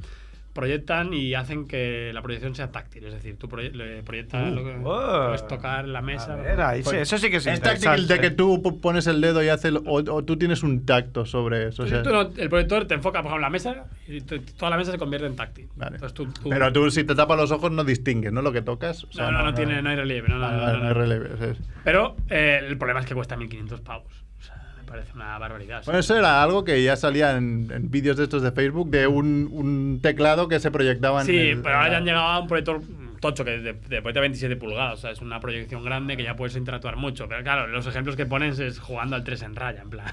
proyectan y hacen que la proyección sea táctil. Es decir, tú proye- le proyectas lo que
oh.
puedes tocar la mesa. Pues
A ver, ahí sí, eso sí que es
Es táctil el
interesante.
de que tú p- pones el dedo y haces... el- O, o tú tienes un tacto sobre eso. o sea-
Entonces, tú no- el proyector te enfoca, por ejemplo, la mesa y te- toda la mesa se convierte en táctil.
Vale.
Entonces tú- tú-
Pero tú si te tapas los ojos no distingues, ¿no? Lo que tocas. O sea,
no, no, no, tiene, no hay relieve. No, no,
Vale,
no,
vale,
no,
no hay
no.
relieve, o sea, es-
Pero eh, el problema es que cuesta 1.500 pavos. O sea, me parece una barbaridad.
Bueno, eso era algo que ya salía en, en vídeos de estos de Facebook, de un, un teclado que se proyectaba en
Sí,
el-
pero ahora ya han llegado a un proyector tocho que de, de proyecta 27 pulgadas, o sea, es una proyección grande que ya puedes interactuar mucho. Pero claro, los ejemplos que pones es jugando al 3 en raya, en plan.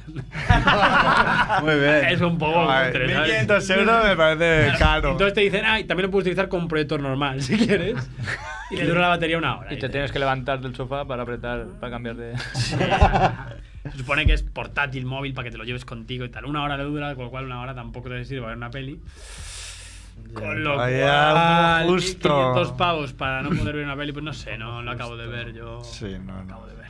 Muy bien.
Es un poco
Ay,
cutre, ¿sabes?
1500 euros me parece caro.
[LAUGHS] Entonces te dicen, ay, también lo puedes utilizar con un proyector normal, [LAUGHS] si quieres. Y le dura la batería una hora.
Y te tienes que levantar del sofá para apretar, para cambiar de... [LAUGHS]
Sí. Se supone que es portátil, móvil, para que te lo lleves contigo y tal. Una hora le dura, con lo cual una hora tampoco te sirve para ver una peli. Con lo
Vaya,
cual,
justo.
500 pavos para no poder ver una peli, pues no sé, no lo acabo de ver yo.
Sí, no, no.
Acabo de ver.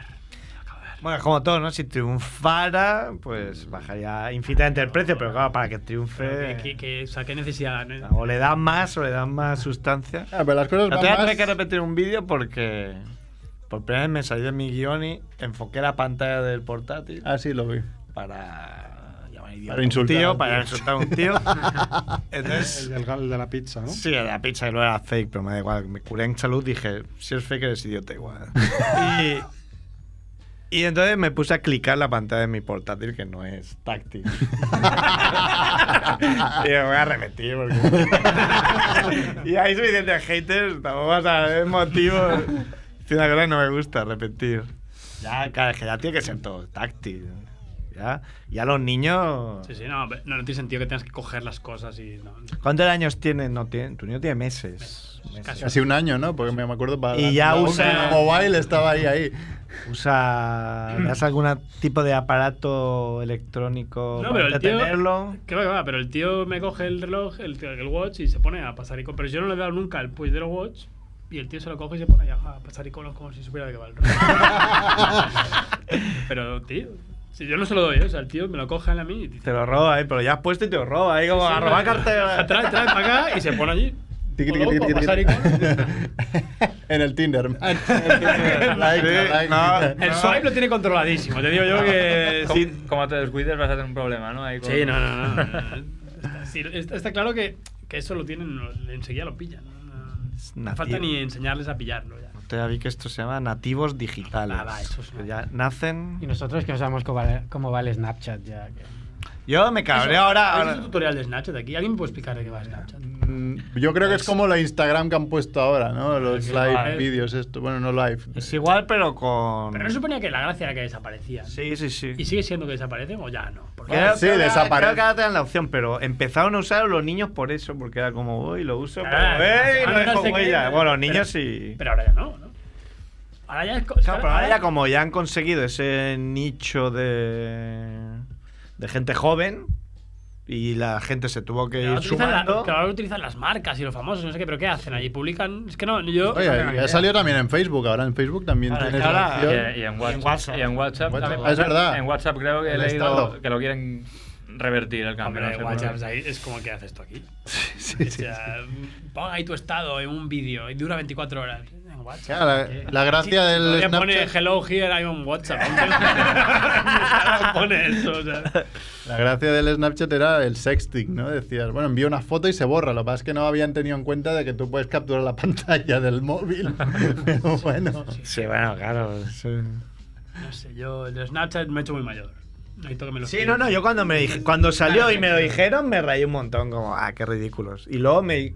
acabo de ver.
Bueno, como todo, ¿no? Si triunfara, pues bajaría infinitamente el precio, pero claro, para que
Pero que- que-
triunfe.
que- o sea, ¿qué necesidad? no?
O le dan más, o le dan más sustancia.
Ah, pero las cosas
La
van
voy a
más...
tener que repetir un vídeo porque por primera vez me salí de mi guión y enfoqué la pantalla del portátil
Ah, sí, lo vi.
para llamar idiota.
Para insultar
Un
a
tío,
un
para
tío.
insultar a
[LAUGHS]
un tío.
El,
Entonces,
del gal- de la pizza, ¿no?
sí, era pizza y luego era fake, pero me da igual. Me curé en salud, dije, si es fake eres
[LAUGHS]
idiota igual. y, y entonces me puse a clicar la pantalla de mi portátil, que no es
[LAUGHS]
táctil. y me voy a
[LAUGHS]
repetir porque... y hay suficientes haters, tampoco vas a ver motivos. Es una cosa que no me gusta, repetir. Ya, claro, es que ya tiene que ser todo táctil. Ya, ya los niños...
Sí, sí, no, no, no tiene sentido que tengas que coger las cosas y. No,
¿Cuántos años tiene? No, tiene, tu niño tiene meses.
casi.
Casi un año, ¿no? Porque me acuerdo para.
Y ya
la-
usa-
Mobile estaba ahí, ahí.
Usa. ¿Le das algún tipo de aparato electrónico
No,
para
pero el tío-
entretenerlo?
Que va, que va, pero el tío me coge el reloj, el, el watch y se pone a pasar iconos. Pero yo no le he dado nunca el push del watch y el tío se lo coge y se pone ahí a pasar iconos como si supiera de qué va
[LAUGHS]
el reloj. pero, tío, si yo no se lo doy, ¿eh? o sea, el tío me lo coge él a mí y dice,
Te lo roba, ¿eh? Pero ya has puesto y te lo roba, ¿eh? Como a robar cartera.
trae, trae para acá y se pone allí.
Tiqui, tiqui,
Todo
tiqui,
para
tiqui,
pasar iconos.
tiqui. [LAUGHS] en el Tinder. man. Like, like. Mm,
no.
El swipe lo tiene controladísimo, te digo yo
[LAUGHS]
que...
Como- Como te descuides vas a tener un problema, ¿no? Ahí con-
Sí, no, no,
[LAUGHS]
no. no, no. Está, sí, está- está claro que, que eso lo tienen, lo- enseguida lo pillan. No, No- no hace falta
nativo.
ni enseñarles a pillarlo ya.
Te vi que esto se llama nativos digitales.
Ah, va, eso es una-
Que ya nacen.
Y nosotros que no sabemos cómo vale, cómo vale Snapchat ya. que-
Yo me cabré ahora.
¿Has
ahora-
visto un tutorial de Snapchat aquí? ¿Alguien me puede explicar de qué va Snapchat?
Mm, Yo creo que es como la Instagram que han puesto ahora, ¿no? Los
Sí,
live
vale.
vídeos, esto. Bueno, no live.
Es igual, pero con.
Pero no suponía que la gracia era que desaparecía.
Sí, sí, sí.
¿Y sigue siendo que desaparecen o ya no? Porque
Creo
Ah, Sí,
que ahora-
desaparece.
Creo que ahora te dan la opción, pero empezaron a usar los niños por eso, porque era como, uy, lo uso,
Ah,
pero, uy,
ah,
no
no
dejo
sé qué,
huella.
no,
Bueno, los
pero-
niños sí.
Pero ahora ya no, ¿no? Ahora ya es... co-
Claro, pero ahora ya como ya han conseguido ese nicho de, de gente joven y la gente se tuvo que
Claro,
ir
utilizan la-
sumando.
claro, ahora utilizan las marcas y los famosos, no sé qué, pero ¿qué hacen allí? ¿Publican? Es que no, yo...
Oye,
no tengo ni
ha
idea.
salido también en Facebook. Ahora en Facebook también
Ahora,
tienes
ahora-
la
Y,
opción.
y en WhatsApp.
WhatsApp.
Y en WhatsApp,
WhatsApp.
también-
Ah, es verdad.
En WhatsApp creo que he
El
leído
estado.
que lo quieren revertir el cambio.
Hombre,
no sé por
WhatsApp
qué.
es ahí, es como que haces esto aquí.
Sí,
O
sí.
sea, pon ahí tu estado en un vídeo y dura 24 horas. En WhatsApp.
Claro, la, la gracia
Sí,
del
todavía
Snapchat.
pone hello here, I'm
[LAUGHS]
on WhatsApp. [LAUGHS] Ahora pone eso, o sea.
La gracia del Snapchat era el sexting, ¿no? Decías, bueno, envía una foto y se borra. Lo que pasa es que no habían tenido en cuenta de que tú puedes capturar la [LAUGHS] pantalla del móvil. Pero bueno.
Sí, bueno, claro. Sí,
No sé, yo el Snapchat me he hecho muy mayor. Necesito que me lo
Sí,
expliques.
no, no, yo cuando, me dij- cuando salió y me lo dijeron me reí un montón, como, ah, qué ridículos. Y luego me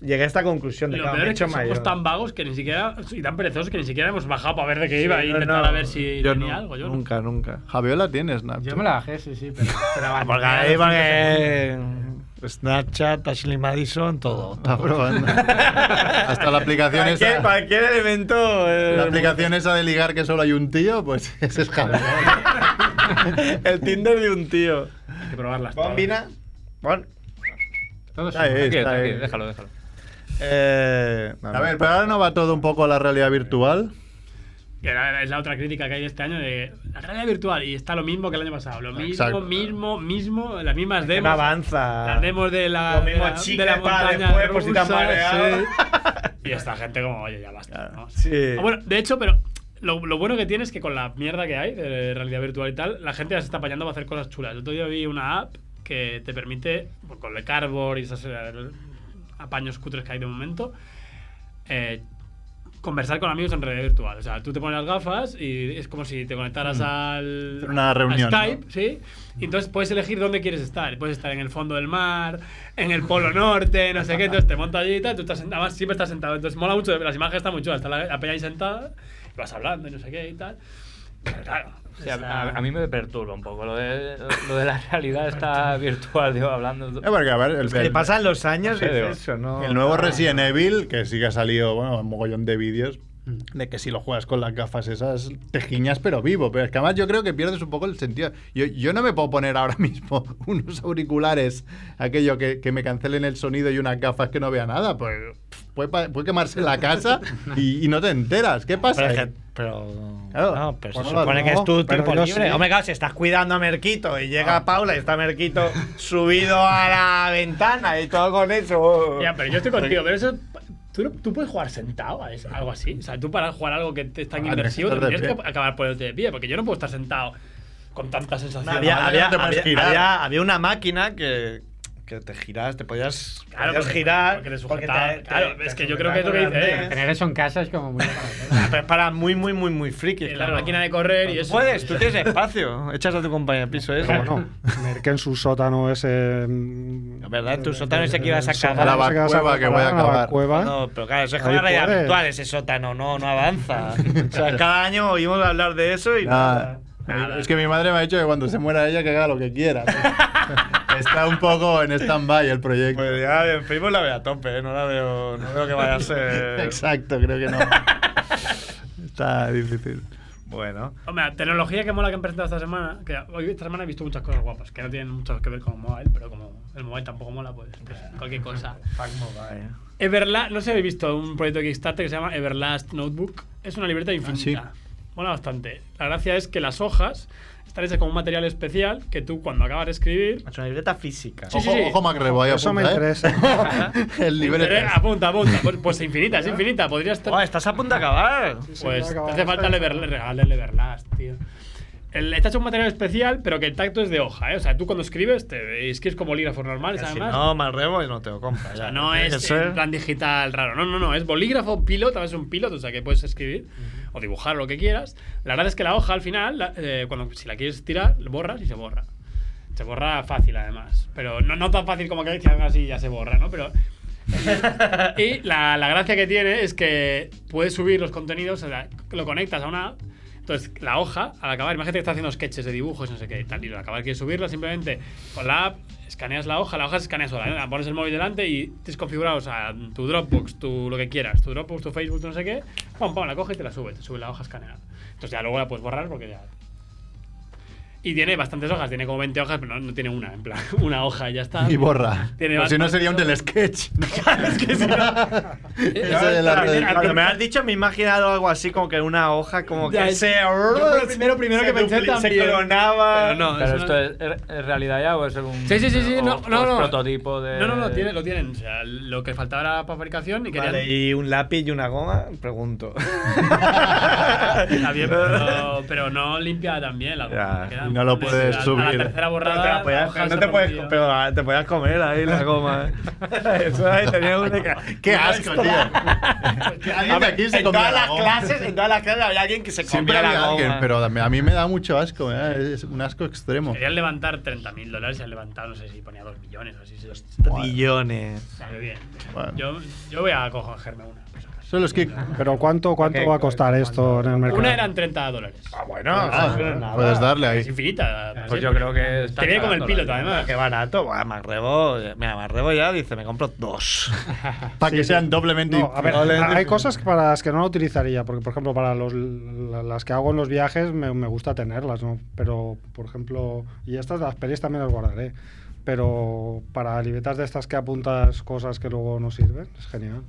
llegué a esta conclusión de
Lo
claro, me
peor
he
es que
hecho
somos
mayor.
tan vagos que ni siquiera, y tan perezosos que ni siquiera hemos bajado para ver de qué
Sí,
iba e
no,
intentar
no,
a ver si
yo
tenía
no,
algo. Yo no.
nunca, nunca.
Javiola tiene Snapchat.
Yo me la bajé, Ah, sí, sí, pero, pero abandoné
Porque
a
ahí,
los
porque Snapchat, Ashley Madison, todo.
Está
[LAUGHS]
probando. Hasta la aplicación
Cualquier,
esa.
cualquier elemento. eh,
La aplicación esa de ligar que solo hay un tío, pues [LAUGHS] ese es Javiola.
El Tinder de un tío.
Hay que probarlas. todas.
Bombina. Bon.
segundos.
Pues
Todos
Está ahí,
Tranquilo,
está ahí.
tranquilo, déjalo, déjalo.
Eh,
A ver, pero ahora no va todo un poco a la realidad virtual.
Que era- es la otra crítica que hay este año de la realidad virtual y está lo mismo que el año pasado. Lo mismo,
Exacto.
mismo, mismo, las mismas
que
demos.
no avanza.
Las demos de la,
Lo
de
mismo
la,
chicle
de la
para
montaña
después, por si te han
rusa,
mareado.
sí. Y esta gente como, oye, ya basta. ¿no?
Sí.
Ah, Bueno, de hecho, pero lo, lo bueno que tiene es que con la mierda que hay de realidad virtual y tal, la gente ya se está apañando para hacer cosas chulas. El otro día vi una app que te permite, pues, con el cardboard y esos eh, apaños cutres que hay de momento, eh, conversar con amigos en realidad virtual. O sea, tú te pones las gafas y es como si te conectaras al
Hacer una
a
reunión,
Skype,
¿no?
¿sí? Y entonces puedes elegir dónde quieres estar. Puedes estar en el fondo del mar, en el polo norte, no sé qué. Entonces te montas allí y tal. Tú estás sentado, además siempre estás sentado. Entonces mola mucho, las imágenes están muy chulas. Está la, la peña ahí sentada, y vas hablando y no sé qué y tal. Pero claro.
Sí, a,
o sea,
a- a mí me perturba un poco lo de, lo de la realidad está virtual, digo, hablando.
Eh, porque, a ver, el,
Que
el-
pasan los años y
Sí, digo.
es eso, ¿no? Ah.
El nuevo Resident Evil, que sí que ha salido, bueno, un mogollón de vídeos,
Mm.
de que si lo juegas con las gafas esas, te giñas pero vivo. Pero es que además yo creo que pierdes un poco el sentido. Yo, yo no me puedo poner ahora [LAUGHS] mismo unos auriculares, aquello que, que me cancelen el sonido y unas gafas que no vea nada. Pues pff, puede, pa- puede quemarse la casa
[LAUGHS]
y, y no te enteras. ¿Qué pasa?
Pero, es que- pero-
Claro.
no, pero se
Bueno,
supone que es tu
no, pero
tiempo
yo
libre.
sí. Ah.
Hombre, claro, si estás cuidando a Merquito y llega Paula y está Merquito subido a la ventana y todo con eso. oh.
Ya, pero yo estoy contigo, pero eso. ¿Tú, no- tú puedes jugar sentado a eso- algo así. O sea, tú para jugar algo que te es tan
Ah,
inversivo
necesitas de
tendrías que
pie.
acabar poniéndote de pie, porque yo no puedo estar sentado con tanta sensación.
Había, había-
no te puedes
había-
girar.
había- había una máquina que, que te giras, te podías,
Claro,
podías
porque-
girar.
porque te
porque
sujetaba. Claro, es que yo creo que es lo que
sujetaba con
dice,
las
¿eh?
Tener eso en casa es como
[LAUGHS]
muy.
manos. Pero Para muy, muy, muy, muy friki.
en
claro.
la máquina de correr y
Tú
eso.
puedes, tú tienes espacio. Echas a tu compañero de piso, ¿eh?
¿Cómo no? Merck en su sótano ese. mm,
La verdad, en tu sótano ese que ibas a
el sótano
cagar.
La
ese vas
vacueva que voy a
cagar, la
acabar.
vacueva.
No, pero claro, eso es
Ahí
una realidad
puedes.
virtual, ese sótano, no, no avanza.
[LAUGHS]
o sea, cada año oímos hablar de eso y
Nada.
nada.
Nada.
Es que mi madre me ha dicho que cuando se muera ella que haga lo que quiera.
[LAUGHS]
Está un poco en stand-by el proyecto.
Pues ya en Facebook la veo a tope, ¿eh? no la veo, no veo que vaya a
[LAUGHS]
ser.
Exacto, creo que no. Está difícil.
Bueno.
Hombre, la tecnología que mola que han presentado esta semana, que hoy esta semana he visto muchas cosas guapas, que no tienen mucho que ver con mobile, pero como el mobile tampoco mola, pues, pues
[LAUGHS]
cualquier cosa. Everlast, no sé si habéis visto un proyecto de Kickstarter que se llama Everlast Notebook. Es una
Ah,
libreta infinita. Mola bastante. La gracia es que las hojas están hechas con un material especial que tú cuando acabas de escribir...
Es una libreta física.
Sí,
ojo,
sí, sí.
ojo Macrebo, ahí
Eso me
apunta, ¿eh?
interesa.
[LAUGHS] el nivel
Pero, eh,
es-
Apunta, apunta. Pues, pues
[LAUGHS]
infinita, es infinita. Podría estar...
Oh, estás a punto de acabar.
Pues
Sí,
te
ya
hace
acabamos.
falta el Everla- regalo el Everlast, tío. El, está hecho un material especial, pero que el tacto es de hoja, ¿eh? O sea, tú cuando escribes, te escribes con bolígrafos normales,
Si
además.
no, más rebo y no te lo compras.
o sea, no es en plan digital raro. No, no, no. Es bolígrafo pilot, a veces un pilot, o sea, que puedes escribir o dibujar lo que quieras. La verdad es que la hoja, al final, la- eh, cuando, si la quieres tirar, borras y se borra. Se borra fácil, además. Pero no, no tan fácil como que hagan así y ya se borra, ¿no? Pero y la, la gracia que tiene es que puedes subir los contenidos, o sea, lo conectas a una app. Entonces, la hoja, al acabar, imagínate que estás haciendo sketches de dibujos, no sé qué y tal, y al acabar quieres subirla, simplemente con la app escaneas la hoja, la hoja se escanea sola, ¿eh? La pones el móvil delante y tienes configurado, o sea, tu Dropbox, tu lo que quieras, tu Dropbox, tu Facebook, tu no sé qué, pam, pam, la coges y te la sube, te sube la hoja escaneada. Entonces ya luego la puedes borrar porque ya y tiene bastantes hojas, tiene como 20 hojas, pero no, no tiene una, en plan, [LAUGHS] una hoja y ya está.
Y borra.
Ah. Tiene
Pues si no
bastante-
sería un
[LAUGHS]
telesketch.
es que si no-
Ese del arte del-
Cuando me has dicho, me he imaginado algo así como que una hoja, como que
Ya, es-
se.
yo
[LAUGHS]
lo primero- primero
se
que pensé
dupli-
también.
Se coronaba.
Pero no,
Pero
eso
esto
no-
es, es realidad ya o es un
Sí, sí, sí, sí,
o-
no,
o
no,
es
no.
prototipo de
No, no, no, tiene, lo tienen. O sea, lo que faltaba era para fabricación y querían.
Vale, y un lápiz y una goma, pregunto.
Ah,
[LAUGHS]
Está bien, pero, pero no limpia tan bien la
Ya,
queda
no lo
muy-
puedes
a- A
subir.
la tercera
No te,
borrada.
la podías-
la hoja
no
se
te puedes,
rompía.
pero ah, te podías comer ahí la goma. ¿eh? [LAUGHS] Eso ahí tenía un.
¡Qué asco, tío!
[LAUGHS] A
Alguien de
ver,
aquí se
en
comía
todas
la
las
goma.
clases, en todas las clases había alguien que se comía
Siempre
la
había
goma.
alguien, pero a mí- a mí me da mucho asco, ¿eh? es un asco extremo.
Querían levantar 30.000 dólares y han levantado, no sé si ponía 2 millones o así. Se los-
Billones.
sabe bien.
Bueno.
Yo, yo voy a cogerme una. por si acaso.
Son los que...
Pero ¿cuánto, cuánto va a costar esto en el mercado?
Una eran 30 dólares.
Ah, bueno,
Ah,
no, nada.
puedes darle
Es
ahí.
infinita. para
Pues yo
siempre.
creo que está
Te viene como el piloto, además.
Qué barato. Buah, Marrebo, mira, Marrebo ya dice, me compro
[LAUGHS]
dos.
Para que sean doblemente...
No, a ver,
inflables.
hay cosas que para las que no la utilizaría, porque por ejemplo para los, la- las que hago en los viajes me, me gusta tenerlas, ¿no? Pero por ejemplo, y estas las pelis también las guardaré, pero para libretas de estas que apuntas cosas que luego no sirven, es genial.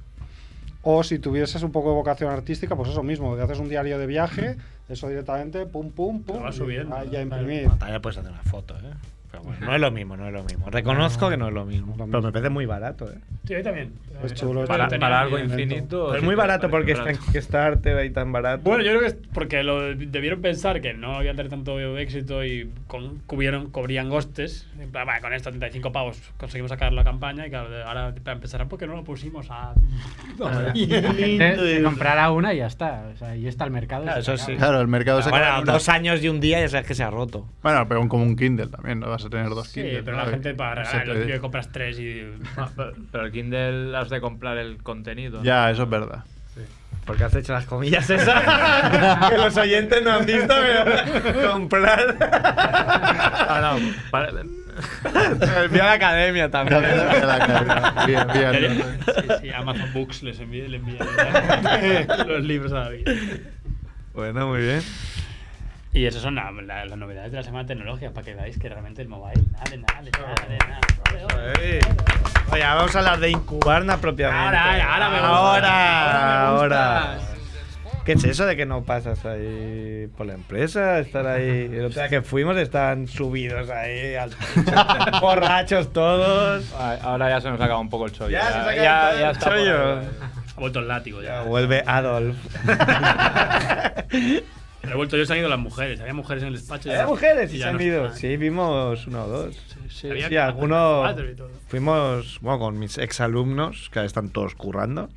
O si tuvieses un poco de vocación artística, pues eso mismo, que haces un diario de viaje, eso directamente, pum, pum, pum,
Lo vas subiendo,
y a- y a
¿no?
imprimir.
Todavía puedes hacer una foto, ¿eh? Pero bueno, no es lo mismo, no es lo mismo. Reconozco que no es lo mismo.
No es lo mismo.
Pero me parece muy barato, ¿eh?
Sí, yo también.
Es chulo, es
para,
chulo.
para algo
Tenía-
infinito
Pero es
sí
muy
que
barato
parece
porque
barato.
está, que está arte ahí tan barato.
Bueno, yo creo que es porque lo debieron pensar que no iba a tener tanto éxito y con, cubrieron, cubrían costes. En plan, "Bueno, con estos 35 pavos conseguimos sacar la campaña y claro, de- ahora empezarán porque no lo pusimos
[LAUGHS]
a...
[LAUGHS] La gente se comprará una y ya está. O sea, ahí está el mercado. y
Claro,
se
eso sí.
acaba.
Claro, el mercado se acaba
bueno,
en una-
dos años y un día ya sabes que se ha roto.
Bueno, pero un- como un Kindle también, no vas a tener dos
Sí,
Kindle.
pero la
¿no?
gente para
Se te-
regalar, lo típico que compras tres y...
Ah, [LAUGHS] pero- Pero el Kindle has de comprar el contenido. ¿no?
Ya, eso es verdad.
Porque has hecho las comillas esas [LAUGHS] que los oyentes no han visto, pero comprar.
Ah, no, para-
Envió a la academia también.
Gracias a la cara. Bien, bien.
Sí, sí, Amazon Books les envía, le envía [LAUGHS] los libros a David.
Bueno, muy bien.
Y esas son la- la- las novedades de la semana de tecnología, para que veáis que realmente el mobile, nada de nada, de nada, de nada. Ole, ole.
Ey. Oye, ahora vamos a hablar de incubarna propiamente.
Ahora, ahora me gusta.
Ahora,
Ahora me
ahora. ¿Qué es eso de que no pasas ahí por la empresa? Estar ahí. El otro día que fuimos están subidos ahí, [LAUGHS] al techo, borrachos todos.
Ah, Ahora ya se nos acaba un poco el chollo.
Ya se nos acaba
ya,
el
ya está
chollo.
por-
Ha vuelto el látigo ya.
Vuelve Adolf.
He vuelto yo y se han ido las mujeres. Había mujeres en el despacho. y ya
Había
no-
mujeres
y
y
ya
se han
no
ido.
están.
Sí, vimos uno o dos. Sí,
Había
sí,
cuatro,
algunos.
cuatro y todo.
Fuimos, bueno, con mis exalumnos, que ahora están todos currando.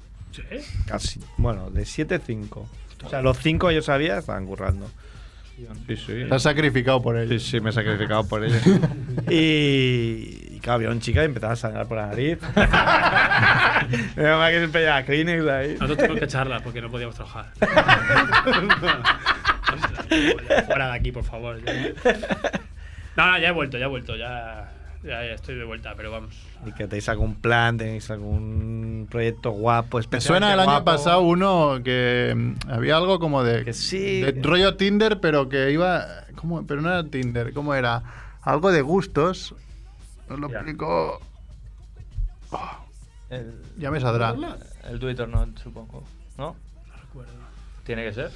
Casi, bueno, de 7, 5. O sea, los 5 yo sabía estaban currando. Sí, sí.
Te has sacrificado por
Sí,
ello.
sí, me he sacrificado por
[LAUGHS]
ellos. y, y claro, había un chica y empezaba a sangrar por la
[LAUGHS]
nariz. Menos mal que siempre llevaba Kleenex ahí.
Nosotros tuvimos que echarlas porque no
[LAUGHS]
podíamos trabajar. [LAUGHS] Fuera de aquí, por favor. ya. No, no, ya he vuelto, ya he vuelto. Ya, ya, ya estoy de vuelta, pero vamos.
Y que tenéis algún plan, tenéis algún proyecto guapo,
Me suena el
especialmente
año
guapo?
pasado uno que mm, había algo como de,
Que sí.
de rollo Tinder, pero que iba. ¿cómo? Pero no era Tinder, ¿cómo era? Algo de gustos. Nos lo
Ya. Ah.
explicó.
El,
Ya me saldrá.
el Twitter no, supongo. ¿No? Tiene que ser.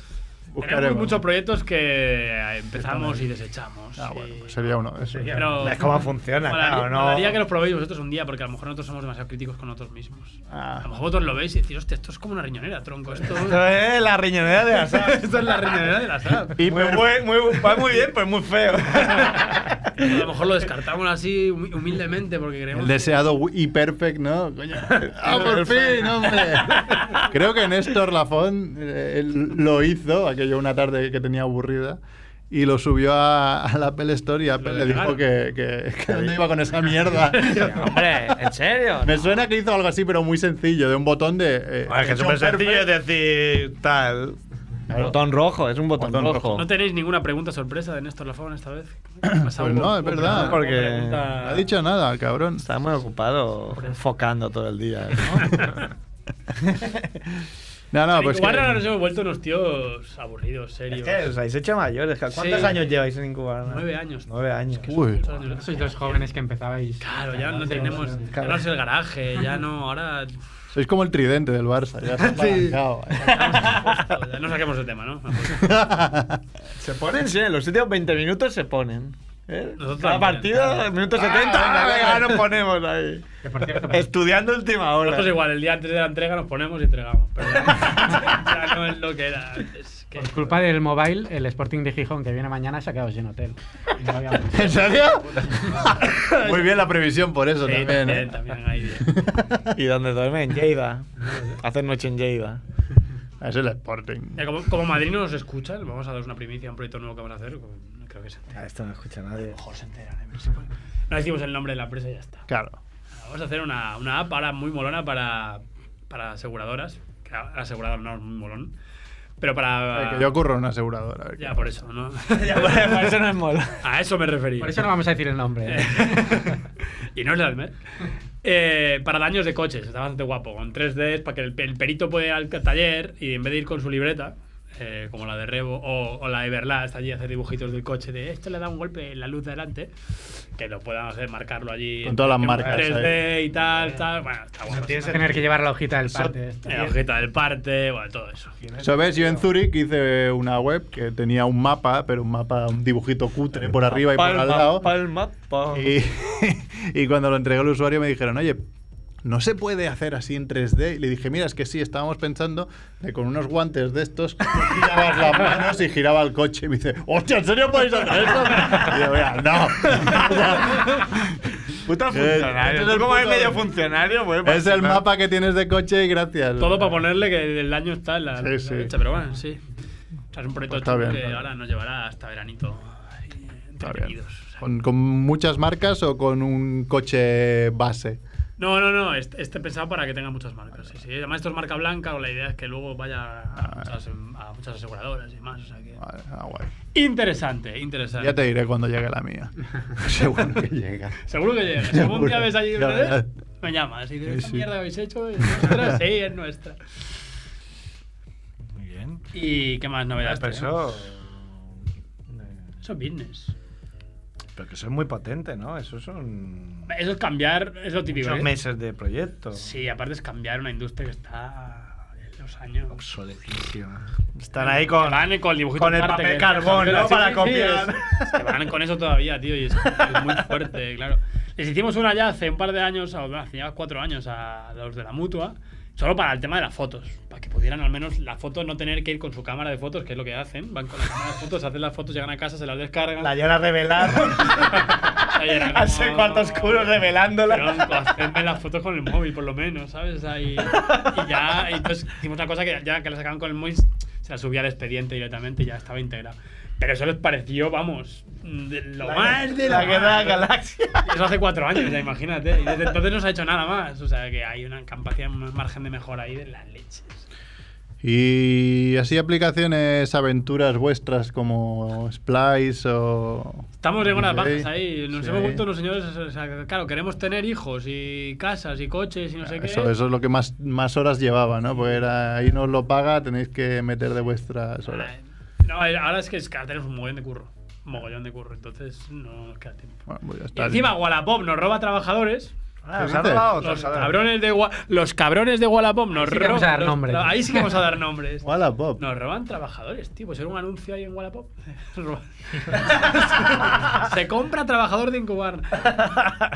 Buscaremos.
Tenemos muchos proyectos que empezamos y desechamos.
Ah,
y-
bueno, pues sería uno de esos.
Pero-
Es como funciona,
Molaría-
claro, ¿no?
molaría que los probéis vosotros un día, porque a lo mejor nosotros somos demasiado críticos con nosotros mismos. A lo
Ah,
mejor vosotros lo veis y decís, hostia, esto es como una riñonera, tronco. Esto,
[LAUGHS] Esto es la riñonera de Asaf.
[LAUGHS] esto es la riñonera
[LAUGHS]
de la SAP.
Y muy, buen- muy, bu- va muy bien, pues muy
[LAUGHS]
feo.
A lo mejor lo descartamos así humi- humildemente porque creemos.
el deseado wi- y perfect, ¿no?
[LAUGHS]
Coño. ¡Ah, por fin, hombre! Creo que Néstor Lafón eh, él lo hizo aquello una tarde que tenía aburrida. Y lo subió a, a la Apple Store y Apple le dijo
dejaron.
que, que, que dónde iba con esa
[LAUGHS]
mierda.
Eh,
Hombre, ¿en
Ah,
serio?
Me suena que hizo algo así, pero muy sencillo, de un botón de. eh,
Bueno, Ah, es que
hecho
súper
un perfect.
sencillo es decir tal. Botón rojo, es un botón,
Botón
rojo.
No tenéis ninguna pregunta sorpresa de Néstor Lafón esta vez. Ha pasado
Pues no, es
poco,
verdad.
¿no?
Porque
Pregunta-
No ha dicho nada, el cabrón.
Estaba muy ocupado enfocando todo el día,
[LAUGHS]
¿no? Ah,
No, no, pues.
Igual
que-
ahora nos hemos vuelto unos tíos aburridos,
es
serios.
que os habéis hecho mayores. ¿Cuántos
Sí.
años lleváis en Incubarna?
Nueve años.
Nueve años.
Uy,
Muchos años.
Sois los jóvenes que empezabais.
Claro, ya no tenemos. Ya no es el garaje, ya no. Ahora.
sois como el tridente del Barça.
[LAUGHS]
Ya se,
¿eh?
Ya no saquemos el tema,
[LAUGHS]
¿no?
Se ponen, sí, en los últimos 20 minutos se ponen. ¿eh?
Nosotros
Cada
también,
partido,
claro. Ah,
el minuto 70, venga, ya nos ponemos ahí.
Que por cierto,
Ah, pues, Estudiando última hora.
Nosotros igual, el día antes de la entrega nos ponemos y entregamos. Pero ya, ya no [LAUGHS] es lo que era. Es que,
por culpa del mobile, el Sporting de Gijón que viene mañana se ha quedado sin hotel. No
[LAUGHS]
habíamos-
[LAUGHS] ¿En serio?
[LAUGHS]
Muy bien la previsión por eso
Sí,
también. ¿eh?
también, también hay
[LAUGHS]
bien.
¿Y dónde duermen? En Lleida. Hacen noche en Lleida.
Ah, Es el Sporting.
Ya, como, como Madrid no nos escuchan, vamos a daros una primicia, un proyecto nuevo que vamos a hacer. No creo que se enteren.
Ah, Esto no escucha nadie.
Mejor se enteran, ¿eh? Pero se puede- No decimos el nombre de la empresa y ya está.
Claro.
Vamos a hacer una, una app ahora muy molona para, para aseguradoras. Que a- asegurador no es muy molón. Pero
Eh,
para.
que yo ocurro en una aseguradora. a ver
Ya,
qué-
por eso, ¿no?
[LAUGHS]
[LAUGHS]
Ya, por por eso no es mola.
a eso me refería.
Por eso no vamos a decir el
[LAUGHS]
nombre. ¿eh?
y no es de Almer. Eh, para daños de coches, está bastante guapo, con 3D, para que el, el perito puede ir al taller y en vez de ir con su libreta, eh, como la de Rebo o, o la de Everlast, allí hacer dibujitos del coche, de esto le da un golpe en la luz de delante, que lo puedan hacer, marcarlo allí.
Con todas las
en
marcas,
3D y tal, tal. Bueno, está guapo.
Vas a tener Eh, que llevar la hojita del parte.
La hojita del parte, bueno, todo eso.
Eso ves, yo en Zurich hice una web que tenía un mapa, pero un mapa, un dibujito cutre por arriba y por al lado.
palma, palma.
Y, [LAUGHS] y cuando lo entregó el usuario me dijeron, oye, no se puede hacer así en 3D. Y le dije, mira, es que sí, estábamos pensando de con unos guantes de estos, girabas las manos y giraba el coche. Y me dice, hostia, ¿en serio podéis hacer eso? Y yo, mira, [LAUGHS] no.
Puta funcionario.
Entonces,
Tú como
puto-
eres medio funcionario, pues.
es el mapa que tienes de coche y gracias.
Todo para ponerle que el daño está en la,
Sí,
la
sí.
leche, pero bueno, sí. O sea, es un proyecto
Pues está
chulo
bien,
que
está bien.
ahora nos llevará hasta veranito. ahí,
Está bien.
entretenidos, o sea.
¿Con, con muchas marcas o con un coche base?
No, no, no. Este, este pensado para que tenga muchas marcas. Sí, sí. Además, esto es marca blanca o la idea es que luego vaya a muchas, em, a muchas aseguradoras y más. O sea que...
Ah, eh. Vale, ah, guay.
Interesante, interesante.
Ya te diré cuando llegue la mía. [LAUGHS] Seguro que llega.
[LAUGHS] Seguro
[LAUGHS]
que llega. Si algún
Seguro.
día ves allí,
Ya verás.
me llamas y dices,
Sí,
¿esta
sí.
mierda que habéis hecho?
[LAUGHS]
¿Es nuestra? sí, es nuestra.
Muy bien.
¿Y qué más novedades?
Pero
tenemos?
eso. eh,
Eso es business.
Pero que eso es muy potente, ¿no? Eso son.
Eso es cambiar, es lo típico.
Muchos
¿eh?
meses de proyecto.
Sí, aparte es cambiar una industria que está en los años.
Obsoletísima. Están ahí con.
Que van con el dibujito
con el
aparte
papel
que-
carbón, ¿no?
Sí,
Para
sí,
copiar.
sí, es- es que van con eso todavía, tío, y es, es muy fuerte, claro. Les hicimos una ya hace un par de años, o, bueno, hace ya cuatro años a los de la mutua, Solo para el tema de las fotos. Para que pudieran al menos las fotos no tener que ir con su cámara de fotos, que es lo que hacen. Van con la cámara de fotos, hacen las fotos, llegan a casa, se las descargan.
La llora revelar.
[LAUGHS] Ahí era como,
Hace cuarto oscuro revelándola.
Tronco, hacedme las fotos con el móvil, por lo menos, ¿sabes? Ahí, y ya, y entonces hicimos una cosa que ya que la sacaban con el móvil, se la subía al expediente directamente y ya estaba íntegra. Pero eso les pareció, vamos, mm, de lo más de
la
lo
guerra de
más.
la galaxia.
Y [LAUGHS] Eso hace cuatro años, ya imagínate. Y desde entonces no se ha hecho nada más. O sea, que hay una capacidad, un margen de mejora ahí de las leches.
Y así aplicaciones, aventuras vuestras como Splice o...
Estamos de buenas
Ok,
bajas ahí. Nos
sí.
hemos vuelto unos señores. o sea, claro, queremos tener hijos y casas y coches y no sé qué.
Eso, eso es lo que más, más horas llevaba, ¿no? Porque era, ahí no os lo paga, tenéis que meter de vuestras horas.
Ah, No, ahora es que es que ahora tenemos un mogollón de curro. Un mogollón de curro, entonces no nos queda tiempo.
Bueno, pues ya
Y
está.
encima Wallapop nos roba trabajadores.
Ah,
¿Qué
se ha
dices?
robado otro,
Los
se ha robado.
cabrones de Wa- los cabrones de Wallapop nos
sí que vamos a
roban-
dar
los-
nombres.
Ahí sí que vamos a dar nombres.
Wallapop.
Nos roban trabajadores, tío. Pues era un anuncio ahí
[LAUGHS]
en Wallapop. Roba- Se compra trabajador de incubar.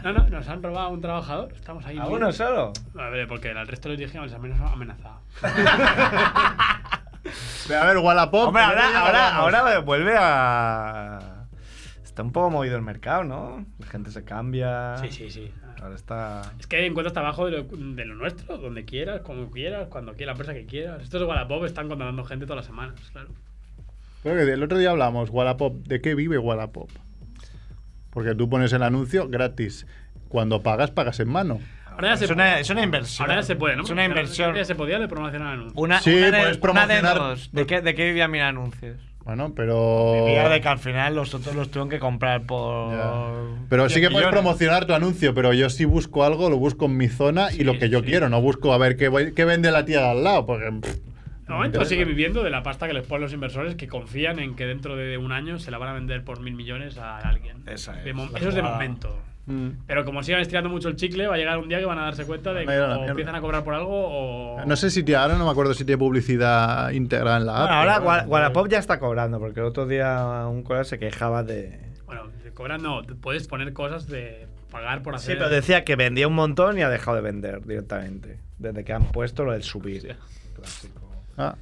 [LAUGHS] No, no, nos han robado un trabajador. Estamos ahí.
¿A uno solo?
A ver, porque al resto los dijimos, al menos amenazado.
Pero a ver, Wallapop.
Hombre,
¿por dónde
ahora, ahora,
llegábamos?
ahora vuelve a. Está un poco movido el mercado, ¿no? La gente se cambia.
Sí, sí, sí.
Ahora está.
Es que encuentras trabajo de lo, de lo nuestro, donde quieras, como quieras, cuando quieras, la empresa que quieras. Estos Wallapop están contratando gente todas las semanas, claro.
Creo que el otro día hablamos, Wallapop, ¿de qué vive Wallapop? Porque tú pones el anuncio gratis. Cuando pagas, pagas en mano.
Ahora ya
es,
se
una,
puede.
es una inversión.
Ahora ya se puede, ¿no?
Es una inversión.
Ahora ya se podía de promocionar anuncios.
Una,
Sí,
una de,
puedes
una de
promocionar-
dos. ¿De qué, ¿De qué vivía mi anuncios?
Bueno, pero.
Mira de que al final los otros los tuvieron que comprar por.
Ya. Pero sí que
100
puedes
millones.
promocionar tu anuncio, pero yo si busco algo, lo busco en mi zona y lo que yo quiero, no busco a ver qué, voy- qué vende la tía de al lado. Porque, pff,
De momento sigue viviendo de la pasta que les ponen los inversores que confían en que dentro de un año se la van a vender por mil millones a alguien.
Esa es
De mom-
la
eso es de
jugada.
momento.
Mm.
Pero como sigan estirando mucho el chicle, va a llegar un día que van a darse cuenta de
Van a
que
ir a la
o
mierda.
empiezan a cobrar por algo o.
no sé si tiene, ahora no me acuerdo si tiene publicidad íntegra en la app.
Bueno, ahora
pero
Wa- Wallapop ya está cobrando, porque el otro día un colega se quejaba de.
Bueno, de cobrar no, te puedes poner cosas de pagar por
Sí,
hacer.
pero decía que vendía un montón y ha dejado de vender directamente. Desde que han puesto lo del subir.
Ah,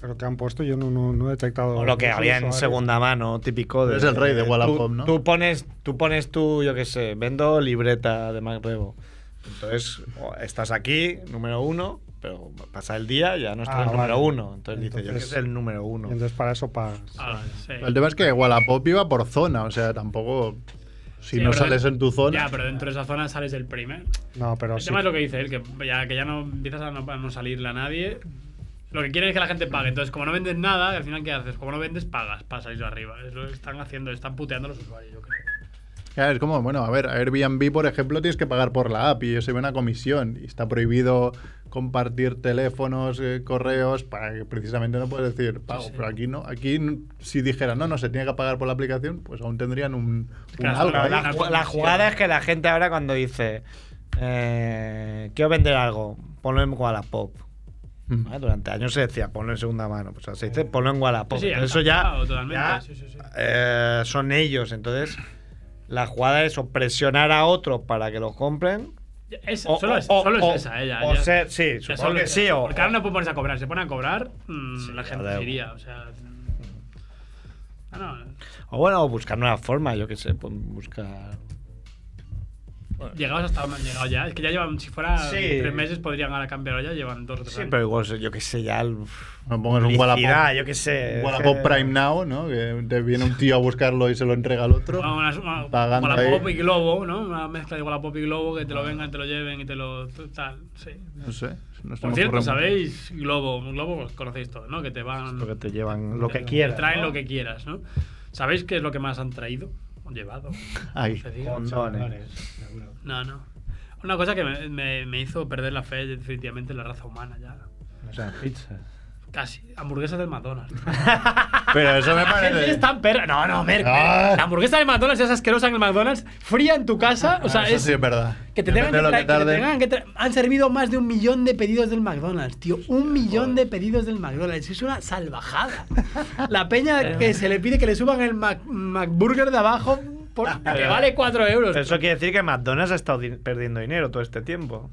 Pero que han puesto, yo no, no, no he detectado.
O lo que
no soy
había en
usuario.
segunda mano, típico de.
Es el rey de Wallapop,
tú-
¿no?
Tú pones, tú pones tú, yo qué sé, vendo libreta de MacRebo. Entonces, o estás aquí, número uno, pero pasa el día y ya no estás
Ah,
el número
vale.
uno. Entonces, dices, yo que
Entonces-
es el número
Y
uno.
entonces para eso pagas.
Ah, sí.
El tema es que Wallapop iba por zona, o sea, tampoco. Si
Sí,
no
pero
sales
de-
en tu zona.
Ya, pero dentro de esa zona sales el primer.
No, pero
el
sí.
tema es lo que dice él, que ya, que ya no empiezas a no, a no salirle a nadie. Lo que quieren es que la gente pague. Entonces, como no vendes nada, al final, ¿qué haces? Como no vendes, pagas para salir de arriba. Es lo que están haciendo, están puteando a los usuarios, yo creo.
Claro, es como, bueno, a ver, Airbnb, por ejemplo, tienes que pagar por la app y eso lleva una comisión. Y está prohibido compartir teléfonos, eh, correos, para que precisamente no puedes decir pago. Pero aquí no, aquí n- si dijera no, no se tiene que pagar por la aplicación, pues aún tendrían un, un
Claro,
algo.
claro,
ahí.
La,
Una
ju- la jugada es que la gente ahora cuando dice, eh, quiero vender algo, ponlo en Wallapop.
Mm.
¿Vale? Durante años se decía, ponlo en segunda mano. Pues ahora se dice, ponlo en Wallapop.
Sí, sí,
Entonces, eso
han
ya,
cambiado totalmente,
ya,
sí, sí, sí.
eh, son ellos. Entonces, la jugada es o presionar a otro para que lo compren.
Es,
O,
solo
o-
es,
o-
solo es
o-
esa, ¿eh? ella.
o ser- sí, supongo que sí. O,
porque ahora no puede ponerse a cobrar. Si se pone a cobrar, mm,
Sí,
la gente
joder.
se iría. O sea. mm. Ah, no.
o bueno, o buscar nueva forma, yo qué sé, pues, buscar.
Llegados hasta donde han llegado ya. Es que ya llevan, si fuera
Sí.
tres meses, podrían ahora cambiar ya. Llevan dos o tres
Sí,
años.
pero igual, Pues yo qué sé, ya. el-
No pongas un
publicidad,
Wallapop,
yo qué sé.
un Wallapop
eh,
Prime Now, ¿no? Que te viene un tío a buscarlo y se lo entrega al otro.
Bueno, una, una,
Pagando
Wallapop
ahí.
y Globo, ¿no? Una mezcla de Wallapop y Globo que te lo vengan, te lo lleven y te lo. tal, sí.
No sé. no se
Por
me
cierto,
ocurre
¿sabéis? Globo, Globo os conocéis todos, ¿no? Que te van.
Lo que te llevan, lo
te-
que quieras.
Te traen
¿no?
lo que quieras, ¿no? ¿Sabéis qué es lo que más han traído? O llevado.
mucho. Ahí.
Se diga. No, no. Una cosa que me, me- me hizo perder la fe definitivamente en la raza humana ya.
O sea, pizza.
Casi. Hamburguesas del McDonald's.
Pero eso me
La gente
parece.
es tan perra. No, no, Merck.
Ah.
La hamburguesa de McDonald's es asquerosa en el McDonald's. Fría en tu casa. O sea,
Ah, Eso
es.
sí es verdad.
Que te, tengan
Depende
que,
de lo
tra-
que
que te
tarde.
tengan que tra- Han servido más de un millón de pedidos del McDonald's, tío. Un millón de pedidos del McDonald's. Es
[LAUGHS]
una salvajada. La peña que se le pide que le suban el Mac- McBurger de abajo
[LAUGHS]
por- que vale 4 euros.
Pero eso quiere decir que McDonald's ha estado di- perdiendo dinero todo este tiempo.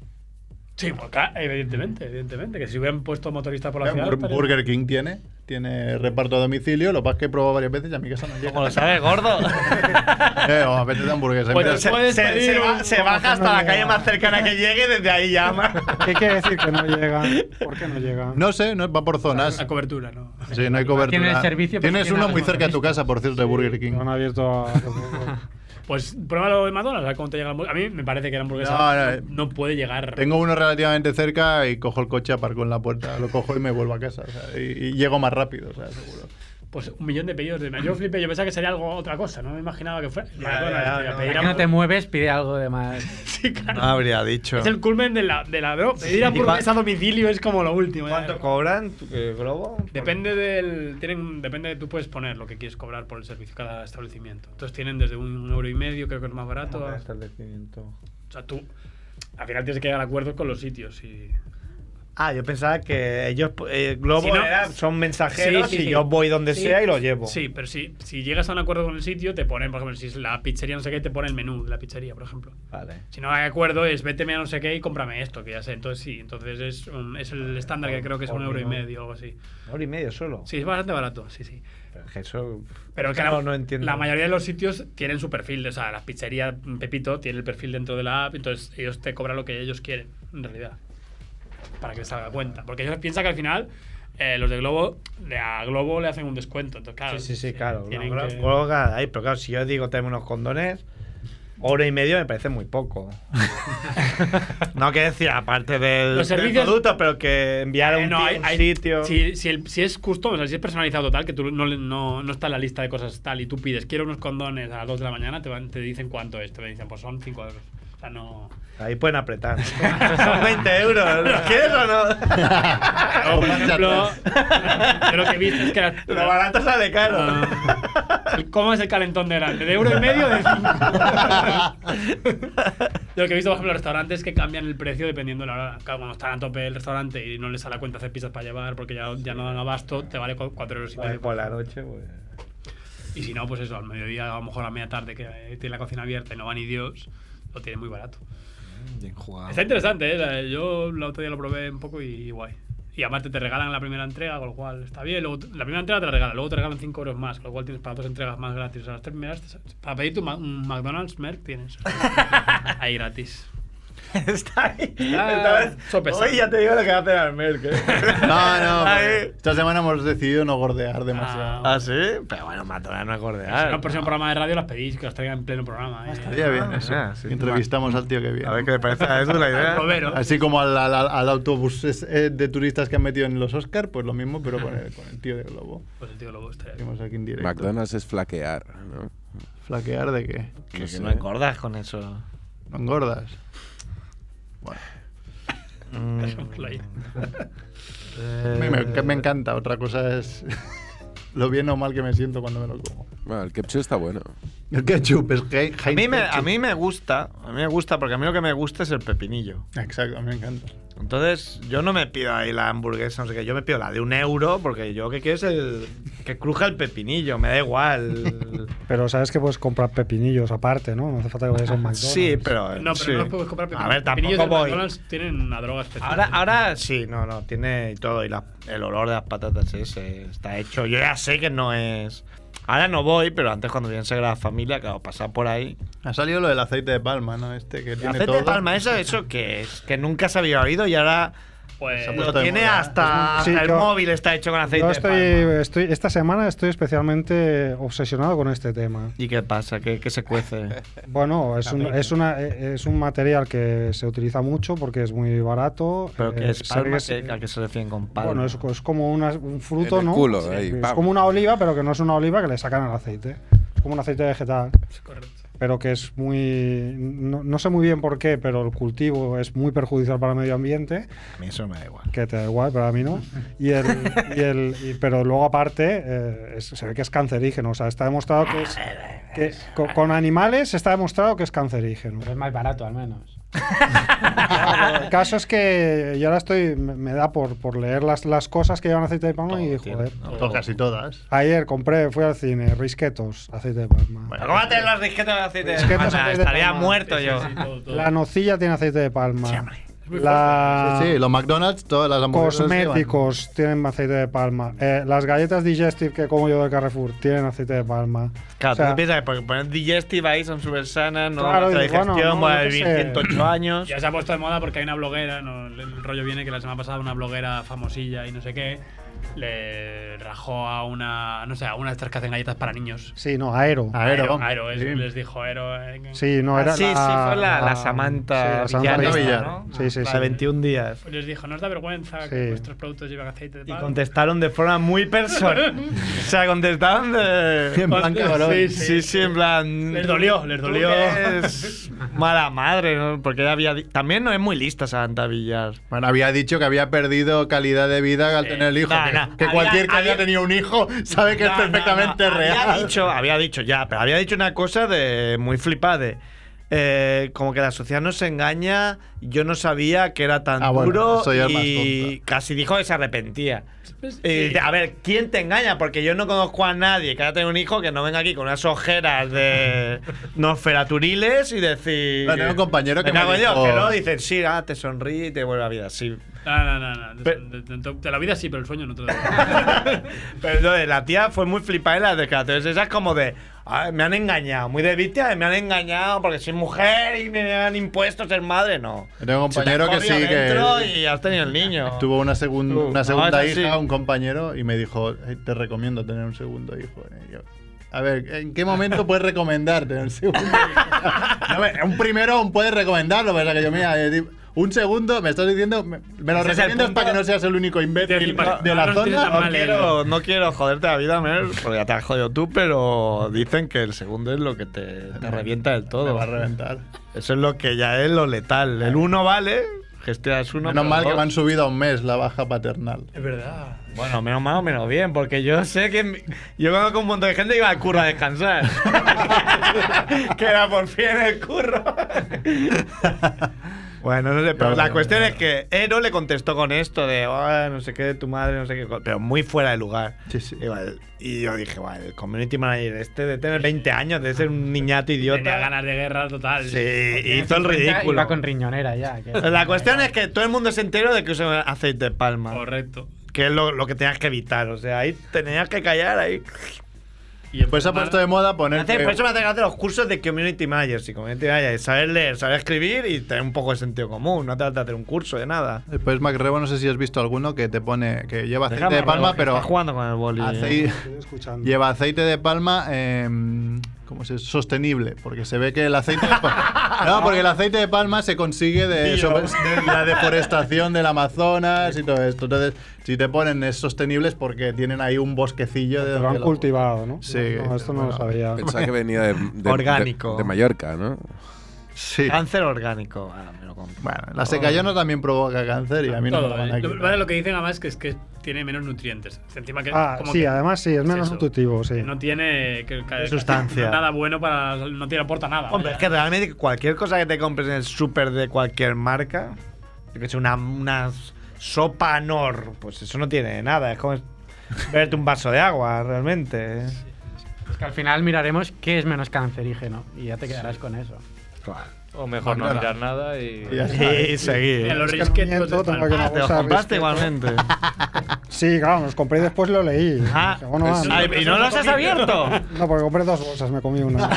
Sí, pues, claro, evidentemente, evidentemente. Que si hubieran puesto motorista por la ciudad.
Bur-
estaría-
Burger King tiene, tiene reparto a domicilio, lo que pasa es que he probado varias veces y a mi casa no llega.
Como lo
[LAUGHS]
sabes, gordo.
Eh, o apetece hamburguesa.
Bueno,
Mira,
se- Puedes
Pues se,
pedir
se
un-
va- se baja hasta la
llega.
calle más cercana que llegue y desde ahí
[LAUGHS]
llama.
¿Qué quiere decir que no llega? ¿Por qué no llega?
no sé, no, va por zonas.
La cobertura, ¿no?
Sí, no hay cobertura.
Tiene el servicio, pero
Tienes
tiene
una
algo
muy cerca de tu casa, por cierto, de Burger King.
No han
[LAUGHS]
abierto a.
Pues pruébalo de McDonald's, a ver cómo te llega la hamburguesa. A mí me parece que la hamburguesa
No,
no,
no,
no puede llegar.
Tengo uno relativamente cerca y cojo el coche, aparco en la puerta, lo cojo y me vuelvo a casa. o sea, y, y llego más rápido, o sea, seguro.
Pues un millón de pedidos de Yo flipé, yo pensaba que sería algo otra cosa, no me imaginaba que fuera. McDonald's,
ya,
tío,
no.
pedir
Ya que no te
hamburguesa.
mueves, pide algo de más.
Sí, claro.
No habría dicho.
Es el culmen de la. De la no, pedir hamburguesa a domicilio es como lo último. ya.
¿Cuánto cobran? ¿Tú qué, ¿Globo?
Depende del. Tienen, depende, tú puedes poner lo que quieres cobrar por el servicio cada establecimiento. Entonces tienen desde un, euro y medio, creo que es más barato.
Por-
a-
establecimiento.
O sea, tú. Al final tienes que llegar a acuerdos con los sitios y.
Ah, yo pensaba que ellos, eh, Globo,
Si no-
era- son mensajeros
Sí, sí,
y
sí.
yo voy donde
Sí.
sea y lo llevo.
Sí, pero si, si llegas a un acuerdo con el sitio, te ponen, por ejemplo, si es la pizzería no sé qué, te pone el menú de la pizzería, por ejemplo.
Vale.
Si no hay acuerdo, es véteme a no sé qué y cómprame esto, que ya sé. Entonces sí, entonces es, un- es el estándar que creo que es un euro y medio o algo así.
Una hora y media solo.
Sí, es bastante barato, sí, sí.
Pero que Eso.
Pero que
no,
la,
no entiendo.
la mayoría de los sitios tienen su perfil, o sea, las pizzerías mm, Pepito tiene el perfil dentro de la app, entonces ellos te cobran lo que ellos quieren, en realidad, para que les salga a cuenta. Porque ellos piensan que al final eh, los de Globo, le- a Globo le hacen un descuento, entonces claro.
Sí, sí, sí, claro.
tienen
No,
que-
Globo cada ahí, pero claro, si yo digo tengo unos condones, hora y media me parece muy [LAUGHS] poco. no que decir, aparte del,
Los
del
servicios-
producto, pero que enviar a
Eh,
un,
no,
tío,
hay-
un
hay-
sitio.
Si, si el- si es custom, o sea, si es personalizado total, que tú no, le- no, no está en la lista de cosas tal y tú pides, quiero unos condones a las 2 de la mañana, te, van, te dicen cuánto es, te dicen, pues son 5 euros. O sea, no.
Ahí pueden apretar. [LAUGHS] Son 20 euros. ¿Los quieres o [LAUGHS] no?
O, por ejemplo, yo lo que he visto es que. las-
Lo barato sale caro.
Ah, el- ¿Cómo es el calentón de grande? ¿De euro y medio
[LAUGHS]
o de cinco? Yo lo que he visto, por ejemplo, en restaurantes que cambian el precio dependiendo de la hora. Claro, cuando están a tope el restaurante y no les sale la cuenta hacer pizzas para llevar porque ya, ya no dan abasto, te vale 4 euros y
Vale,
medio.
por la noche, pues.
Y si no, pues eso, al mediodía, a lo mejor a media tarde, que eh, tiene la cocina abierta y no va ni Dios, lo tiene muy barato.
Bien jugado.
Está interesante, ¿eh? La- Yo el otro día lo probé un poco y guay. Y aparte te regalan la primera entrega, con lo cual está bien. Luego, la primera entrega te la regalan, luego te regalan 5 euros más, con lo cual tienes para dos entregas más gratis. O sea, las tres primeras, te- para pedir tu ma- un McDonald's, Merck, tienes. Ahí gratis.
[LAUGHS] Está ahí.
Ah,
Esta vez-
sopesado.
Hoy ya te digo lo que va a hacer al Merck. ¿eh?
No, no.
[LAUGHS] Ahí.
Esta semana hemos decidido no gordear demasiado.
Ah, sí. Pero bueno, Matona no es
Si
cordial.
no, por ser un programa de radio las pedís, que las traigan en pleno programa. ¿eh?
Estaría bien eso.
Ah, sí.
Entrevistamos al tío que viene.
A ver qué le parece a eso la idea.
Robero.
Así como al, al- al autobús es- eh, de turistas que han metido en los Oscar, pues lo mismo, pero con el, con el tío de Globo.
Pues el tío Lobo estaría bien.
Seguimos aquí en directo.
McDonald's es flaquear, ¿no?
¿Flaquear de qué?
No
Que si
sé.
no engordas con eso.
¿No engordas? Bueno,
Mm.
Dejémoslo ahí.
me, me- que me encanta. Otra cosa es [LAUGHS] lo bien o mal que me siento cuando me lo como.
Bueno, el ketchup está bueno.
El ketchup es que
A mí, me, a mí me gusta, a mí me gusta, porque a mí lo que me gusta es el pepinillo.
Exacto, me encanta.
Entonces, yo no me pido ahí la hamburguesa, no sé qué, yo me pido la de un euro, porque yo lo que quiero es el. que cruja el pepinillo, me
[LAUGHS]
da igual.
Pero sabes que puedes comprar pepinillos aparte, ¿no? No hace falta que vayas a un McDonald's.
[LAUGHS] sí, pero.
No, pero
sí.
no los puedes comprar
A ver,
pepinillos
tampoco
de
voy.
McDonald's tienen una droga especial.
Ahora, ahora sí, no, no, tiene todo. Y la- el olor de las patatas ese está hecho. Yo ya sé que no es. Ahora no voy, pero antes cuando viene a la familia, claro, pasar por ahí.
Ha salido lo del aceite de palma, ¿no? Este que
El
tiene
aceite
todo.
de palma, eso, eso que es, que nunca se había oído y ahora
Pues,
Se ha
lo
puesto de
tiene
moda.
hasta,
Sí,
hasta el
yo-
móvil está hecho con aceite
[LAUGHS]
Yo
de palma.
estoy, estoy, esta semana estoy especialmente obsesionado con este tema.
¿Y qué pasa? ¿Qué, qué se
Eh,
cuece?
Bueno, es un, es, una, eh, es un material que se utiliza mucho porque es muy barato.
¿Pero
eh,
qué es
se
palma?
ve que es-
¿Qué- ¿A qué se refieren con palma?
Bueno, es, es como una- un fruto,
En el
¿no?
culo,
Sí,
ahí,
es
pam.
como una oliva, pero que no es una oliva que le sacan el aceite. Es como un aceite vegetal,
correcto.
pero que es muy. No, no sé muy bien por qué, pero el cultivo es muy perjudicial para el medio ambiente.
A mí eso me da igual.
que te da igual, pero a mí no. Y el, y el- y- pero luego aparte, eh, es- se ve que es cancerígeno. O sea, está demostrado que es... que co- con animales está demostrado que es cancerígeno.
Pero es más barato, al menos.
El caso es que yo ahora estoy... Me, me da por, por leer las, las cosas que llevan aceite de palma y, joder...
Todo, casi todas.
Ayer compré, fui al cine, risquetos, aceite de palma.
Bueno.
¿Pero ¿Cómo tener las risquetas de aceite de
Risquetas
palma?
aceite de
Estaría
palma.
muerto yo.
Sí, sí, todo, todo.
La nocilla tiene aceite de palma.
muy
La-
Sí, sí, los McDonald's, todas las hamburguesas. llevan.
Cosméticos tienen aceite de palma. Eh, las galletas digestive que como yo de Carrefour tienen aceite de palma.
Claro,
O sea,
tú piensas que porque poner digestive ahí, son súper sanas, no
Claro,
nuestra
y bueno,
digestión,
no,
voy a
yo qué
vivir
sé.
108 años.
Eh, Ya se ha puesto de moda porque hay una bloguera, no, el rollo viene que la semana pasada una bloguera famosilla y no sé qué, le rajó a una, no sé, a una de estas que hacen galletas para niños.
Sí, no, aero.
Aero.
Aero, es-
Sí.
les dijo Aero. eh, que-
Sí, no,
Ah,
era
sí,
la,
sí, fue la, la
la- sí,
Samantha
la Samantha
Villar,
Villar.
¿no?
Sí, sí,
La
sí.
de 21 días.
Pues Les dijo, ¿no os da vergüenza
Sí.
que vuestros productos llevan aceite de
Y
palma?
contestaron de forma muy personal. o sea, contestaron
En
de...
plan cabrón.
Sí,
Sí, sí, en plan...
Les dolió, les
tú
dolió.
que eres mala madre, ¿no? Porque ella había... di- También no es muy lista Samantha Villar.
Bueno, había dicho que había perdido calidad de vida al
Eh,
tener el hijo.
no,
que
no.
que
Había-
cualquier que
había-
haya tenido un hijo sabe que
No,
es
no,
perfectamente
no.
real.
Había dicho, había dicho ya, pero había dicho una cosa de muy flipada. de, eh, como que la sociedad nos engaña, yo no sabía que era tan
Ah, bueno,
duro
eso ya es más
y
tonto.
casi dijo que se arrepentía.
Pues,
Eh,
sí.
A ver, ¿quién te engaña? Porque yo no conozco a nadie que haya tenido un hijo que no venga aquí con unas
[LAUGHS]
ojeras de nosferaturiles y decir...
No, tengo un compañero que
me
me
cago en Dios",
dijo-
que no, dicen, sí, ah, te sonríe y te vuelve a vida, sí.
No, no, no, no.
Pero-
De, de- de la vida sí, pero el sueño no te lo da.
Pero entonces, la tía fue muy ¿eh? flipada en las declaraciones esas como de "Ay, me han engañado, muy de víctima, de, me han engañado porque soy mujer y me han impuesto ser madre, no.
Yo tengo un
Se te
compañero que
jodió
sí,
dentro
que
y has tenido el niño.
tuvo una, segun-
Uh,
una
no,
segunda
es así.
hija, un compañero, y me dijo, "Eh, te recomiendo tener un segundo hijo. Y yo, a ver, ¿en qué momento puedes recomendar tener un segundo hijo? No, me- un primero aún puedes recomendarlo, ¿verdad? Que yo, mira, eh, di- un segundo, me estás diciendo, me, me lo
Ese es el
recomiendas para
punto.
que no seas el único
Decir,
imbécil
para-
de
no
la
los tienes tan
zona.
mal.
o-
Quiero- no quiero joderte la vida, Mer, porque ya te has jodido tú, pero dicen que el segundo es lo que te, te revienta del
Me
todo.
va a reventar.
Eso es lo que ya es lo letal. El uno vale, gestionas uno.
Menos
pero
mal que
dos-
me han subido a un mes la baja paternal.
[LAUGHS]
es verdad.
Bueno, menos mal o menos bien, porque yo sé que mi- yo conozco un montón de gente que iba al curro a descansar.
[LAUGHS]
[LAUGHS] que era por fin el curro. bueno, no sé, pero
Yo-
la cuestión es que Ero le contestó con esto de "Ah, no sé qué, tu madre, no sé qué, co-", pero muy fuera de lugar.
Sí, sí.
Y, vale, y yo dije, vale, el community manager este de tener 20 años, de ser
[LAUGHS]
un niñato idiota.
Tenía ganas de guerra total.
Sí, hizo el
Iba
ridículo.
con riñonera ya. que-
La cuestión es que todo el mundo se enteró de que usan aceite de palma
Correcto.
que es lo, lo que tenías que evitar. O sea, ahí tenías que callar ahí.
Y
Pues se ha puesto de moda poner.
Hace- por eso me hace gracia los cursos de community managers y community managers. Saber leer, saber escribir y tener un poco de sentido común. No te trata de hacer un curso de nada.
Después MacRebo, no sé si has visto alguno que te pone que lleva aceite
Déjame,
de palma,
Raúl, que
pero
Está jugando con el boli. eh.
acei-
Estoy escuchando.
lleva aceite de palma, eh, ¿cómo se dice? Sostenible, porque se ve que el aceite de
[LAUGHS]
palma, no, porque el aceite de palma se consigue de, sobre- de la deforestación del Amazonas y todo esto. Entonces, si te ponen es sostenible es porque tienen ahí un bosquecillo de
Te lo
donde
han cultivado, ¿no?
Sí.
No, esto no
Bueno,
lo sabía.
Pensaba que venía de, de-
Orgánico.
de- de Mallorca, ¿no?
Sí.
Cáncer orgánico. Ah, me lo compro.
Bueno, la secayona también provoca cáncer y a mí no me
Todo,
lo van
eh.
a
Lo,
quitar.
vale, lo que dicen además que es que tiene menos nutrientes. Encima que,
Ah,
como
sí,
que-
además sí, es menos
eso,
nutritivo, sí.
que No tiene que, que-
Es sustancia.
nada bueno para no tiene aporta nada.
Hombre, es que
vaya.
realmente cualquier cosa que te compres en el súper de cualquier marca, yo que sé, una, una sopa Nor, pues eso no tiene nada. Es como verte un vaso de agua, realmente.
Es que al final miraremos qué es menos cancerígeno y ya te quedarás con eso.
O mejor no mirar nada y.
Y ya está.
Y seguir.
En los
Es que
risquetos
miento,
de
tengo
pan.
que
Ah, te lo
Usa
compraste
risquetos.
igualmente.
[LAUGHS] Sí, claro, los compré y después lo leí.
Ah,
Dije, bueno,
es-
anda.
Ay, ¿Y no los has abierto?
No, porque compré dos bolsas, me comí
[LAUGHS]
una.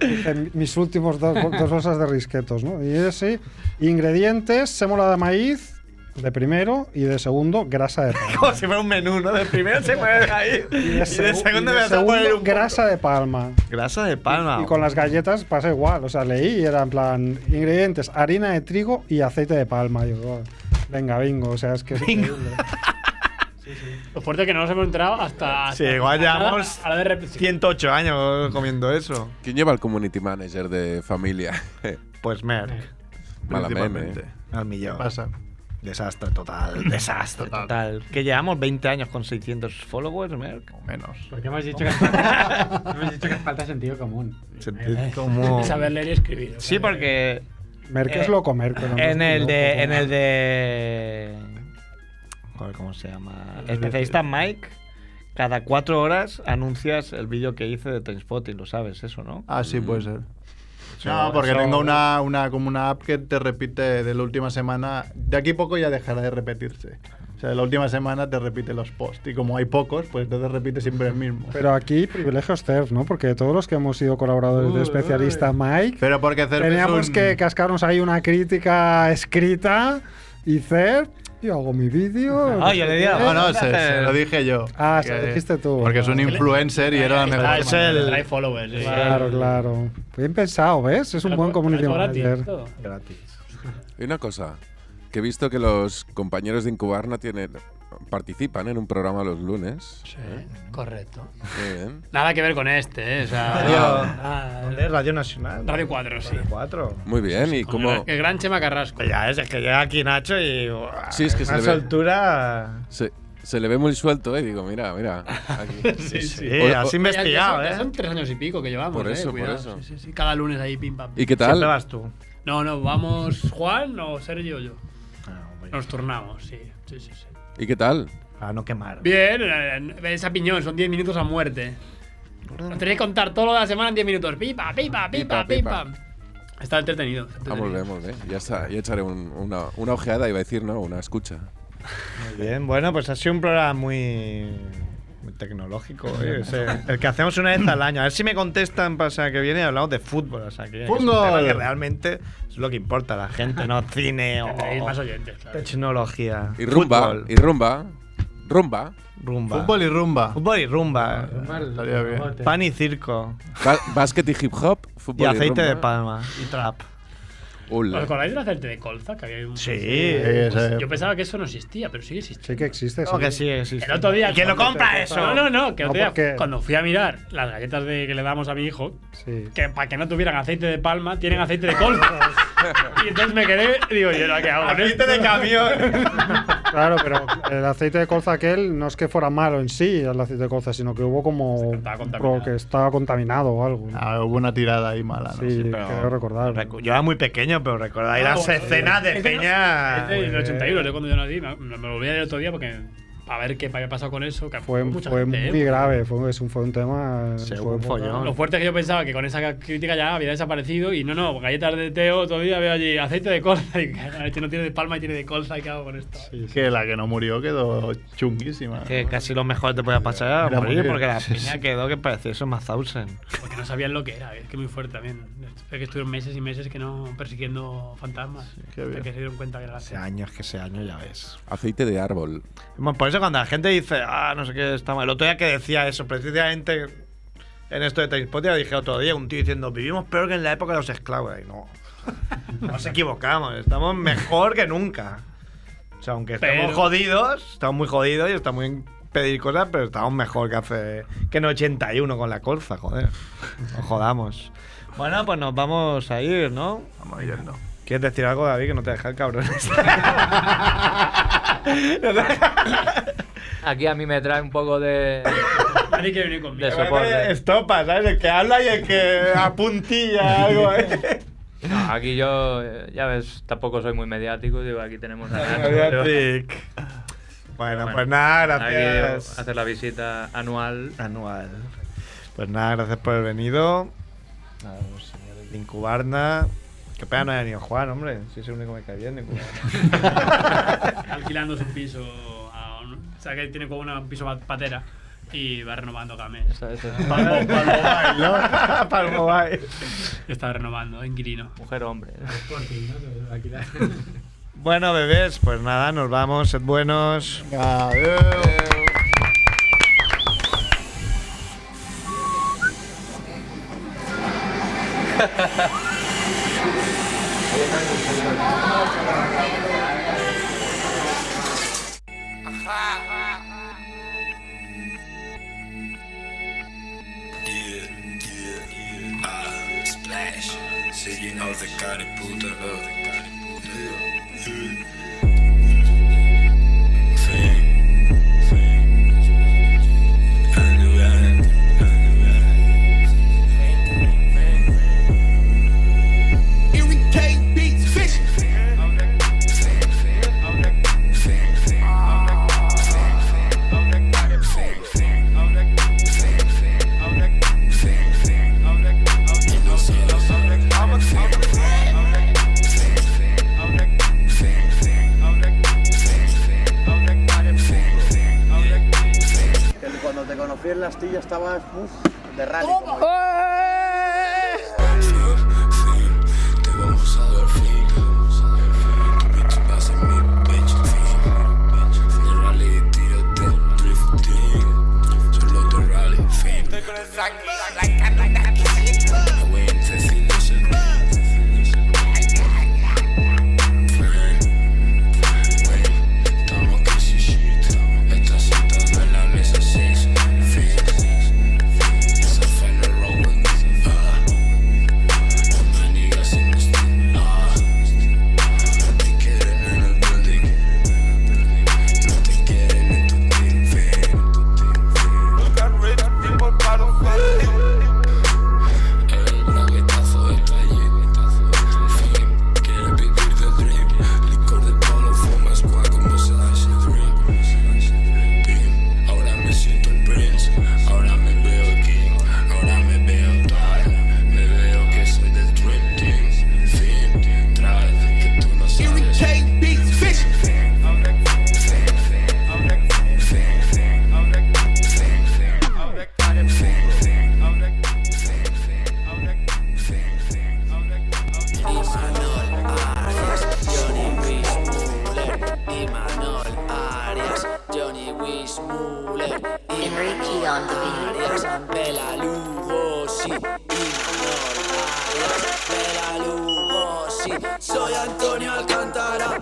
Dije, mis últimos dos, bol- dos bolsas de risquetos, ¿no? Y ese, ingredientes, sémola de maíz, de primero, y de segundo, grasa de palma.
Como si fuera un menú, ¿no? De primero se mueve ahí. Y de
segu-
segundo
y
me
de
vas a poner
segundo,
un.
grasa de palma.
Grasa de palma.
Y con las galletas pasa igual, o sea, leí y era en plan ingredientes, harina de trigo y aceite de palma. Yo, oh, venga, bingo, o sea, es que es increíble.
Lo fuerte es que no nos hemos enterado hasta.
Sí,
hasta-
igual
hasta-
llevamos
Ah, a la de rep- sí.
108 años comiendo eso.
¿Quién lleva el community manager de familia? [LAUGHS]
Pues Merck.
Malamente.
Eh, Principalmente.
Al millón.
Pasa.
Desastre
[COUGHS]
total. Desastre total. Que llevamos 20 años con 600 followers, Merck.
O menos.
Porque [LAUGHS] hemos
[LAUGHS]
[LAUGHS] dicho que falta, hemos dicho que falta sentido común. Eh, [LAUGHS]
Como...
Saber leer y escribir. o sea,
Sí, porque
Merque es
Eh,
loco, Merque. no es
en el
loco,
de.
como-
En el de. Joder, ¿cómo se llama? Especialista en Mike. Cada cuatro horas anuncias el vídeo que hice de Trainspotting, lo sabes, eso, ¿no?
Ah, sí, puede ser. No, porque
eso-
tengo una, una, como una app que te repite de la última semana. De aquí a poco ya dejará de repetirse. O sea, de la última semana te repite los posts. Y como hay pocos, pues entonces repite siempre el mismo.
Pero aquí privilegios CERF, ¿no? Porque todos los que hemos sido colaboradores de especialista Mike,
Pero porque hacer
teníamos que cascarnos ahí una crítica escrita y CERF, yo hago mi vídeo.
Ah, yo le di a-
No, no, se, se lo dije yo.
Ah,
Que-
se lo dijiste tú.
Porque es un influencer y era la mejor.
Ah, es el-
Trae followers. sí.
Claro, claro. Bien pensado, ¿ves? Es un buen community manager.
Y una cosa, que he visto que los compañeros de Incubarna tienen, participan en un programa los lunes. ¿Eh?
Correcto.
Muy bien.
Nada que ver con este, ¿eh? O sea,
Radio-
nada.
¿Dónde es? Radio Nacional.
Radio 4, sí.
Radio 4.
Muy bien, y como...
El gran Chema Carrasco.
Ya es, es que llega aquí Nacho y. buah,
Sí, es que se
una
le ve.
soltura.
Se, se le ve muy suelto, ¿eh? Digo, mira, mira. aquí.
[LAUGHS] [LAUGHS] Sí, sí.
Sí,
O-
has
o-
investigado,
Ya son- ya
¿eh?
Son tres años y pico que llevamos,
Por
¿eh?
eso, por
Cuidado,
eso.
sí, sí, sí. Cada lunes ahí, pim, pam.
¿Y qué
Siempre
tal?
vas tú.
No, no, vamos Juan o Sergio y yo.
Ah, hombre.
Nos turnamos, sí. sí, sí, sí.
¿Y qué tal?
Ah, no quemar.
Bien, eh, esa piñón, son 10 minutos a muerte. Nos tenéis que contar todo lo de la semana en 10 minutos. Pipa, pipa, pipa,
Pipa,
pipa.
pipa.
Está entretenido. está
Ah,
entretenido.
muy bien, muy bien. Ya está, ya echaré un- una, una ojeada, iba a decir, ¿no? Una escucha.
Muy bien, bueno, pues ha sido un programa muy, muy tecnológico.
[LAUGHS]
¿eh? Ese- el que hacemos una vez al año. A ver si me contestan para la semana que viene y hablamos de fútbol. O sea, que es un
¡Fútbol!
tema que realmente es lo que importa a la gente,
[LAUGHS]
no cine o
Tendréis más oyentes, claro.
tecnología.
Y rumba,
Fútbol,
y rumba, rumba,
rumba.
Fútbol y rumba. Ah,
Fútbol y rumba.
Estaría bien.
Pan y circo.
ba- basket y hip hop, fútbol
Y aceite de
rumba.
palma. Y trap.
¿Os
Hola.
acordáis del aceite de colza? Que había un... pues,
Sí.
Sí, sí.
Yo pensaba que eso no existía, pero sí existe.
Sí que existe.
Creo que sí, existe.
El otro día.
¿Y ¿Quién lo compra eso?
No, no, no. Que el
No,
otro día,
porque-
cuando fui a mirar las galletas de- que le damos a mi hijo,
Sí.
que para que no tuvieran aceite de palma, tienen aceite de colza. y entonces me quedé, digo, yo ahora qué hago? con esto?".
Claro, pero el aceite de colza aquel no es que fuera malo en sí el aceite de colza, sino que hubo como
Estaba contaminado.
pro que estaba contaminado o algo. ¿no?
Ah, hubo una tirada ahí mala, ¿no?
sí, creo recordar.
Recu- Yo era muy pequeño, pero recordáis
Ah,
las
bueno,
escenas de
es de-
Peña.
Es del 80 euros, yo cuando yo nací, me, me lo volví a leer otro día porque. A ver qué había pasado con eso. Que
Fue,
mucha
fue
gente, ¿eh?
muy grave, fue, es un, fue un tema.
Sí,
fue
hubo un
muy
follón.
grave.
Lo fuerte es que yo pensaba que con esa crítica ya había desaparecido y no, no, galletas de teo todavía veo allí, aceite de colza y la leche no tiene de palma y tiene de colza y qué hago con esto.
Que la que no murió quedó chunguísima.
Que casi lo mejor te podía pasar era
Era
morir,
morir.
porque la
Sí,
piña quedó que parecía eso Mazausen.
Porque no sabían lo que era, es que muy fuerte también. Es que estuvieron meses y meses que no persiguiendo fantasmas.
qué
hasta
bien.
que se dieron cuenta que era la
Hace
cena.
años que ese año ya ves.
Aceite de árbol.
Bueno, por eso cuando la gente dice, ah, no sé qué está mal. El otro día que decía eso, precisamente en esto de Trainspot, ya dije otro día, un tío diciendo, vivimos peor que en la época de los esclavos. Y
[LAUGHS]
no. Nos equivocamos, estamos mejor que nunca. O sea, aunque estamos
Pero-
jodidos, estamos muy jodidos y está muy en pedir cosas, pero estamos mejor que hace. que en 81 con la colza, joder. Nos jodamos. Bueno, pues nos vamos a ir, ¿no? Vamos yendo. ¿Quieres decir algo, David, que no te deja el
[LAUGHS]
cabrón? No te deja-
Aquí a mí me trae un poco de.
Nadie quiere venir conmigo.
De soporte.
Estopa, ¿sabes? El que habla y el que
[LAUGHS]
apuntilla algo, ¿eh?
No, aquí yo, eh, ya ves, tampoco soy muy mediático. Digo, aquí tenemos a Nacho, pero-
Mediatic. Bueno,
Bueno,
pues nada,
aquí digo,
gracias.
hacer la visita anual.
Anual. Pues nada, gracias por haber venido. Nada, los señores de Incubarna. Qué pena no haya venido Juan, hombre. Si es el único que me cae bien de [LAUGHS]
[LAUGHS]
Incubarna.
Alquilando su piso a un- O sea, que tiene como una- un piso patera y va renovando cada mes.
Esa- esa es-
[LAUGHS] Palmo, palmo,
[LAUGHS]
¿no? Para el mobile.
Está renovando, inquilino.
Mujer, hombre.
Bueno, bebés, pues nada, nos vamos. Sed buenos.
Adiós.
[LAUGHS]
Yeah, yeah, yeah. Ah, splash. So you know the cara puta, love the cara puta. yeah. Fame, fame. I knew I- I knew I- Fame, fame. Fame, fame. I'm
costilla estaba uf, de rally.
¡Eh!
Te vamos a dar fin. Te vamos a dar fin. Tu bitch va a ser mi bitch. Fin. De rally, tírate. Drifting. Solo de rally. Fin. Estoy con el Estamos crazy shit. Estás sentado en la mesa seis. Fin. Esa fella rolling. Ah. Niggas in the street, ah. No te quieren en el building. No te quieren en tu team, fan. You got rich people, but don't fit. El braguetazo está allí. Fin. Quiere vivir de dream. Licor de polo, fumas guac como se hace dream. Bim. Ahora me siento el prince. Ahora me veo king. Ahora me veo tal. Me veo que soy del Dream Team. Fin, trae que tú no sabes. Irritate beats, bitch. Enrique on the beat. Bela Lugosi Bela Lugosi, soy Antonio Alcántara.